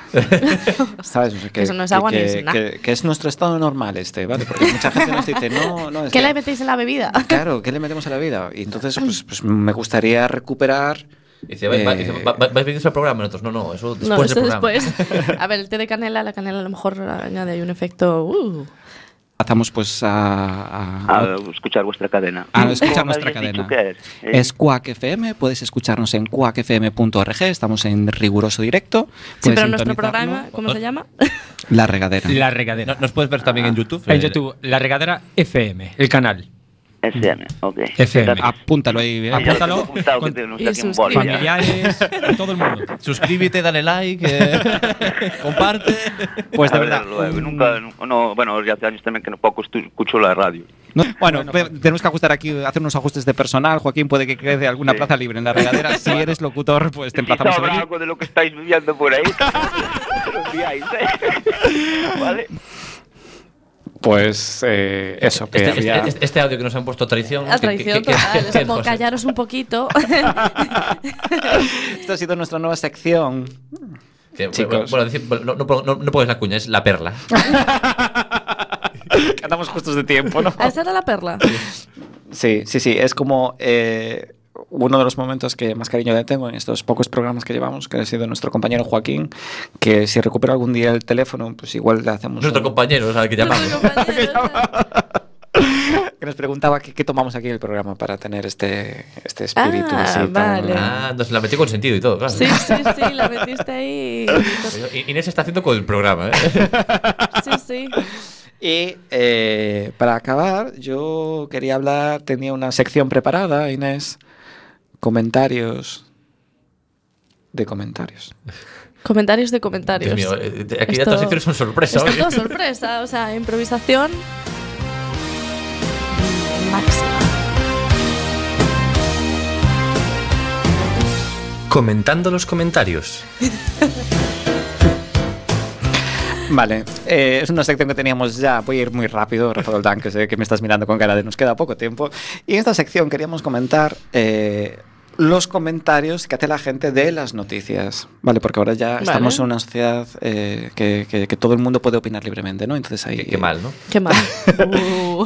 Speaker 3: ¿Sabes? O sea, que,
Speaker 2: eso no es agua ni
Speaker 3: que-
Speaker 2: es nada.
Speaker 3: que- que es nuestro estado normal este, ¿vale? Porque mucha gente nos dice, no, no, es
Speaker 2: ¿Qué
Speaker 3: que-
Speaker 2: le metéis en la bebida?
Speaker 3: Claro, ¿qué le metemos a la vida? Y entonces, pues, pues me gustaría recuperar...
Speaker 1: Y dice, "Va- va-
Speaker 3: eh,
Speaker 1: dice, va- va- vais viendo el programa, nosotros, no, no, eso [LAUGHS] después
Speaker 2: no,
Speaker 1: del
Speaker 2: esto
Speaker 1: programa.
Speaker 2: después. A ver, el té de canela, la canela a lo mejor añade ahí un efecto. uh.
Speaker 3: Pasamos pues a... a-
Speaker 4: A escuchar vuestra cadena.
Speaker 3: A escuchar
Speaker 4: ¿Cómo
Speaker 12: nuestra
Speaker 4: habéis dicho
Speaker 12: cadena.
Speaker 4: que es? Eh,
Speaker 3: Es Quack FM, puedes escucharnos en quackfm.org, estamos en riguroso directo.
Speaker 2: Sí,
Speaker 3: Puedes
Speaker 2: pero nuestro
Speaker 3: sintonizarnos-
Speaker 2: programa, ¿cómo
Speaker 1: Ah.
Speaker 2: se llama?
Speaker 3: La regadera.
Speaker 6: La
Speaker 1: [LAUGHS]
Speaker 6: regadera.
Speaker 1: No- Nos puedes ver también en YouTube.
Speaker 6: En
Speaker 1: eh,
Speaker 6: YouTube, la regadera FM, el canal.
Speaker 4: FM, ok.
Speaker 6: FM.
Speaker 3: Apúntalo ahí. eh.
Speaker 4: Ya lo tengo
Speaker 6: apúntalo.
Speaker 4: apuntado, que
Speaker 6: Con-
Speaker 4: tenemos
Speaker 2: y
Speaker 4: aquí un
Speaker 2: sus
Speaker 4: boli ya. [LAUGHS]
Speaker 6: Familiares, a todo el mundo.
Speaker 1: Suscríbete, dale like, eh, comparte.
Speaker 3: Pues de
Speaker 4: A ver,
Speaker 3: verdad.
Speaker 4: lo-
Speaker 3: un-
Speaker 4: Nunca, nu- no, bueno, ya hace años también que no poco estu- escucho la radio.
Speaker 3: no- bueno, pe- tenemos que ajustar aquí, hacer unos ajustes de personal. Joaquín, puede que quede alguna
Speaker 4: Sí.
Speaker 3: plaza libre en la
Speaker 13: [LAUGHS]
Speaker 3: regadera. Si eres locutor, pues te
Speaker 4: Si
Speaker 3: emplazamos a
Speaker 4: sobra
Speaker 3: venir.
Speaker 4: algo de lo que estáis viviendo por ahí, [LAUGHS] lo enviáis, ¿eh? [LAUGHS] ¿Vale?
Speaker 13: Pues eh, eso, que
Speaker 1: Este,
Speaker 13: había...
Speaker 1: este- este- este audio que nos han puesto a traición.
Speaker 2: [LAUGHS] La
Speaker 1: ¿qué-
Speaker 2: traición ah,
Speaker 1: qué- qué- [LAUGHS]
Speaker 2: total.
Speaker 1: qué-
Speaker 2: es
Speaker 1: qué
Speaker 2: como
Speaker 1: cosa?
Speaker 2: callaros
Speaker 1: [LAUGHS]
Speaker 2: un poquito.
Speaker 3: [LAUGHS]
Speaker 2: [LAUGHS]
Speaker 3: Esta ha sido nuestra
Speaker 13: [LAUGHS]
Speaker 3: nueva sección.
Speaker 1: Que, bueno,
Speaker 3: Chicos.
Speaker 1: Bueno, decir, bueno, no, no, no, no pongas la cuña, es la perla.
Speaker 2: Ah.
Speaker 3: Que Andamos justos de tiempo, ¿no?
Speaker 2: Ah, Esa era la perla.
Speaker 3: Sí, sí, sí. Es como eh, uno de los momentos que más cariño le tengo en estos pocos programas que llevamos, que ha sido nuestro compañero Joaquín, que si recupera algún día el teléfono, pues igual le hacemos...
Speaker 1: Nuestro
Speaker 3: un-
Speaker 1: compañero, o sea, al que llamamos. [LAUGHS]
Speaker 3: que nos preguntaba que- qué tomamos aquí en el programa para tener este, este espíritu.
Speaker 2: Ah,
Speaker 3: así tan-
Speaker 2: vale.
Speaker 1: Ah, nos la metió con sentido y todo, claro.
Speaker 2: Sí, sí, sí, la
Speaker 1: [LAUGHS]
Speaker 2: metiste ahí.
Speaker 1: I- Inés está haciendo con el programa, ¿eh?
Speaker 2: Sí, sí.
Speaker 3: Y eh, para acabar, yo quería hablar, tenía una sección preparada, Inés, comentarios de comentarios.
Speaker 2: Comentarios de comentarios.
Speaker 1: Dios mío, eh, te- aquí
Speaker 2: Esto-
Speaker 1: las transiciones son sorpresa.
Speaker 2: Esto es
Speaker 1: oye.
Speaker 2: todo sorpresa, o sea, improvisación. Máxima.
Speaker 14: Comentando los comentarios.
Speaker 3: Vale, eh, es una sección que teníamos ya. Voy a ir muy rápido, Rafa Doldán, que sé que me estás mirando con cara de nos queda poco tiempo. Y en esta sección queríamos comentar eh, los comentarios que hace la gente de las noticias. Vale, porque ahora ya
Speaker 2: Vale.
Speaker 3: estamos en una sociedad eh, que, que- que todo el mundo puede opinar libremente, ¿no? Entonces ahí. Qué,
Speaker 1: mal, ¿no?
Speaker 2: Qué mal.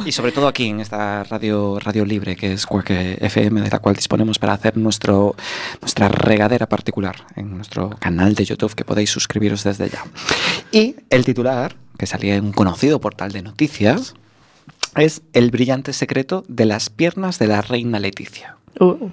Speaker 3: Y sobre todo aquí en esta radio, radio libre que es Quack FM, de la cual disponemos para hacer nuestro, nuestra regadera particular en nuestro canal de YouTube que podéis suscribiros desde ya. Y el titular, que salía en un conocido portal de noticias, es El brillante secreto de las piernas de la reina Leticia.
Speaker 2: Uh.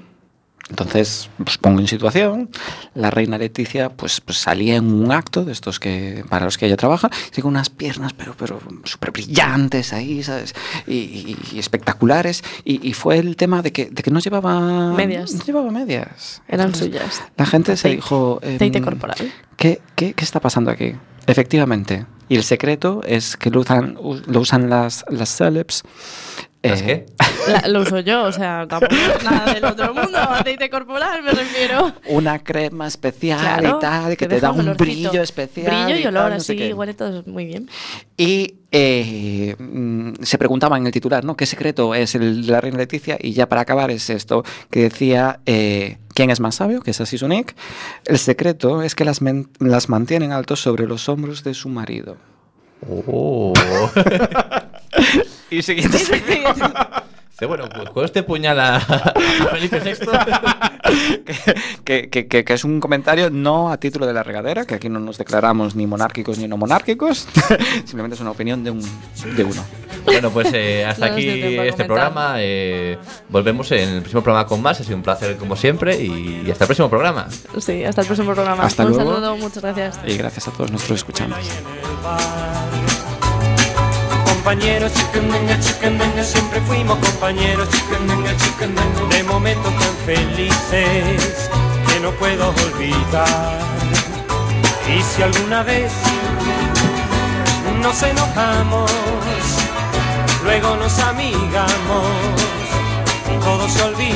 Speaker 3: Entonces, pues pongo en situación, la reina Leticia pues, pues, salía en un acto de estos que para los que ella trabaja, así con unas piernas pero, pero súper brillantes ahí, ¿sabes? Y, y- y espectaculares. Y, y fue el tema de que, de que no llevaba...
Speaker 2: Medias.
Speaker 3: No llevaba medias.
Speaker 2: Eran
Speaker 3: Entonces,
Speaker 2: suyas.
Speaker 3: La gente se dijo... em,
Speaker 2: Aceite corporal.
Speaker 3: ¿qué, qué, qué está pasando aquí? Efectivamente. Y el secreto es que lo usan, lo usan las, las celebs.
Speaker 1: ¿Las
Speaker 3: eh,
Speaker 1: qué?
Speaker 2: La- lo uso yo, o sea, tampoco es nada del otro mundo. Aceite corporal, me refiero.
Speaker 3: una crema especial
Speaker 2: Claro,
Speaker 3: y tal, que, te
Speaker 2: deja
Speaker 3: da un
Speaker 2: olorcito.
Speaker 3: brillo especial.
Speaker 2: Brillo y
Speaker 3: tal,
Speaker 2: olor,
Speaker 3: no sé
Speaker 2: así,
Speaker 3: qué.
Speaker 2: huele todo muy bien.
Speaker 3: Y eh, mm, se preguntaba en el titular, ¿no? ¿Qué secreto es el de la reina Leticia? Y ya para acabar es esto, que decía, eh, ¿quién es más sabio? Que es así su nick. El secreto es que las, men- las mantienen altos sobre los hombros de su marido.
Speaker 1: Oh.
Speaker 3: [LAUGHS] y siguiente
Speaker 1: Dice, Bueno, pues con este puñal a, a Felipe VI.
Speaker 3: que, que- que- que es un comentario no a título de la regadera, que aquí no nos declaramos ni monárquicos ni no monárquicos, [LAUGHS] simplemente es una opinión de, un, de uno.
Speaker 1: Bueno, pues eh, hasta
Speaker 2: No nos
Speaker 1: aquí
Speaker 2: dio tiempo a
Speaker 1: este
Speaker 2: comentar.
Speaker 1: programa. eh, volvemos en el próximo programa con más. Ha sido un placer como siempre y, y hasta el próximo programa.
Speaker 2: Sí, hasta el próximo programa.
Speaker 3: Hasta
Speaker 2: Un
Speaker 3: luego.
Speaker 2: saludo, muchas gracias.
Speaker 3: Y gracias a todos nuestros escuchantes.
Speaker 6: Compañeros, chicandenga, chicandenga, siempre fuimos compañeros, chicandenga, chicandenga, de momentos tan felices que no puedo olvidar. Y si alguna vez nos enojamos, luego nos amigamos y todo se olvida.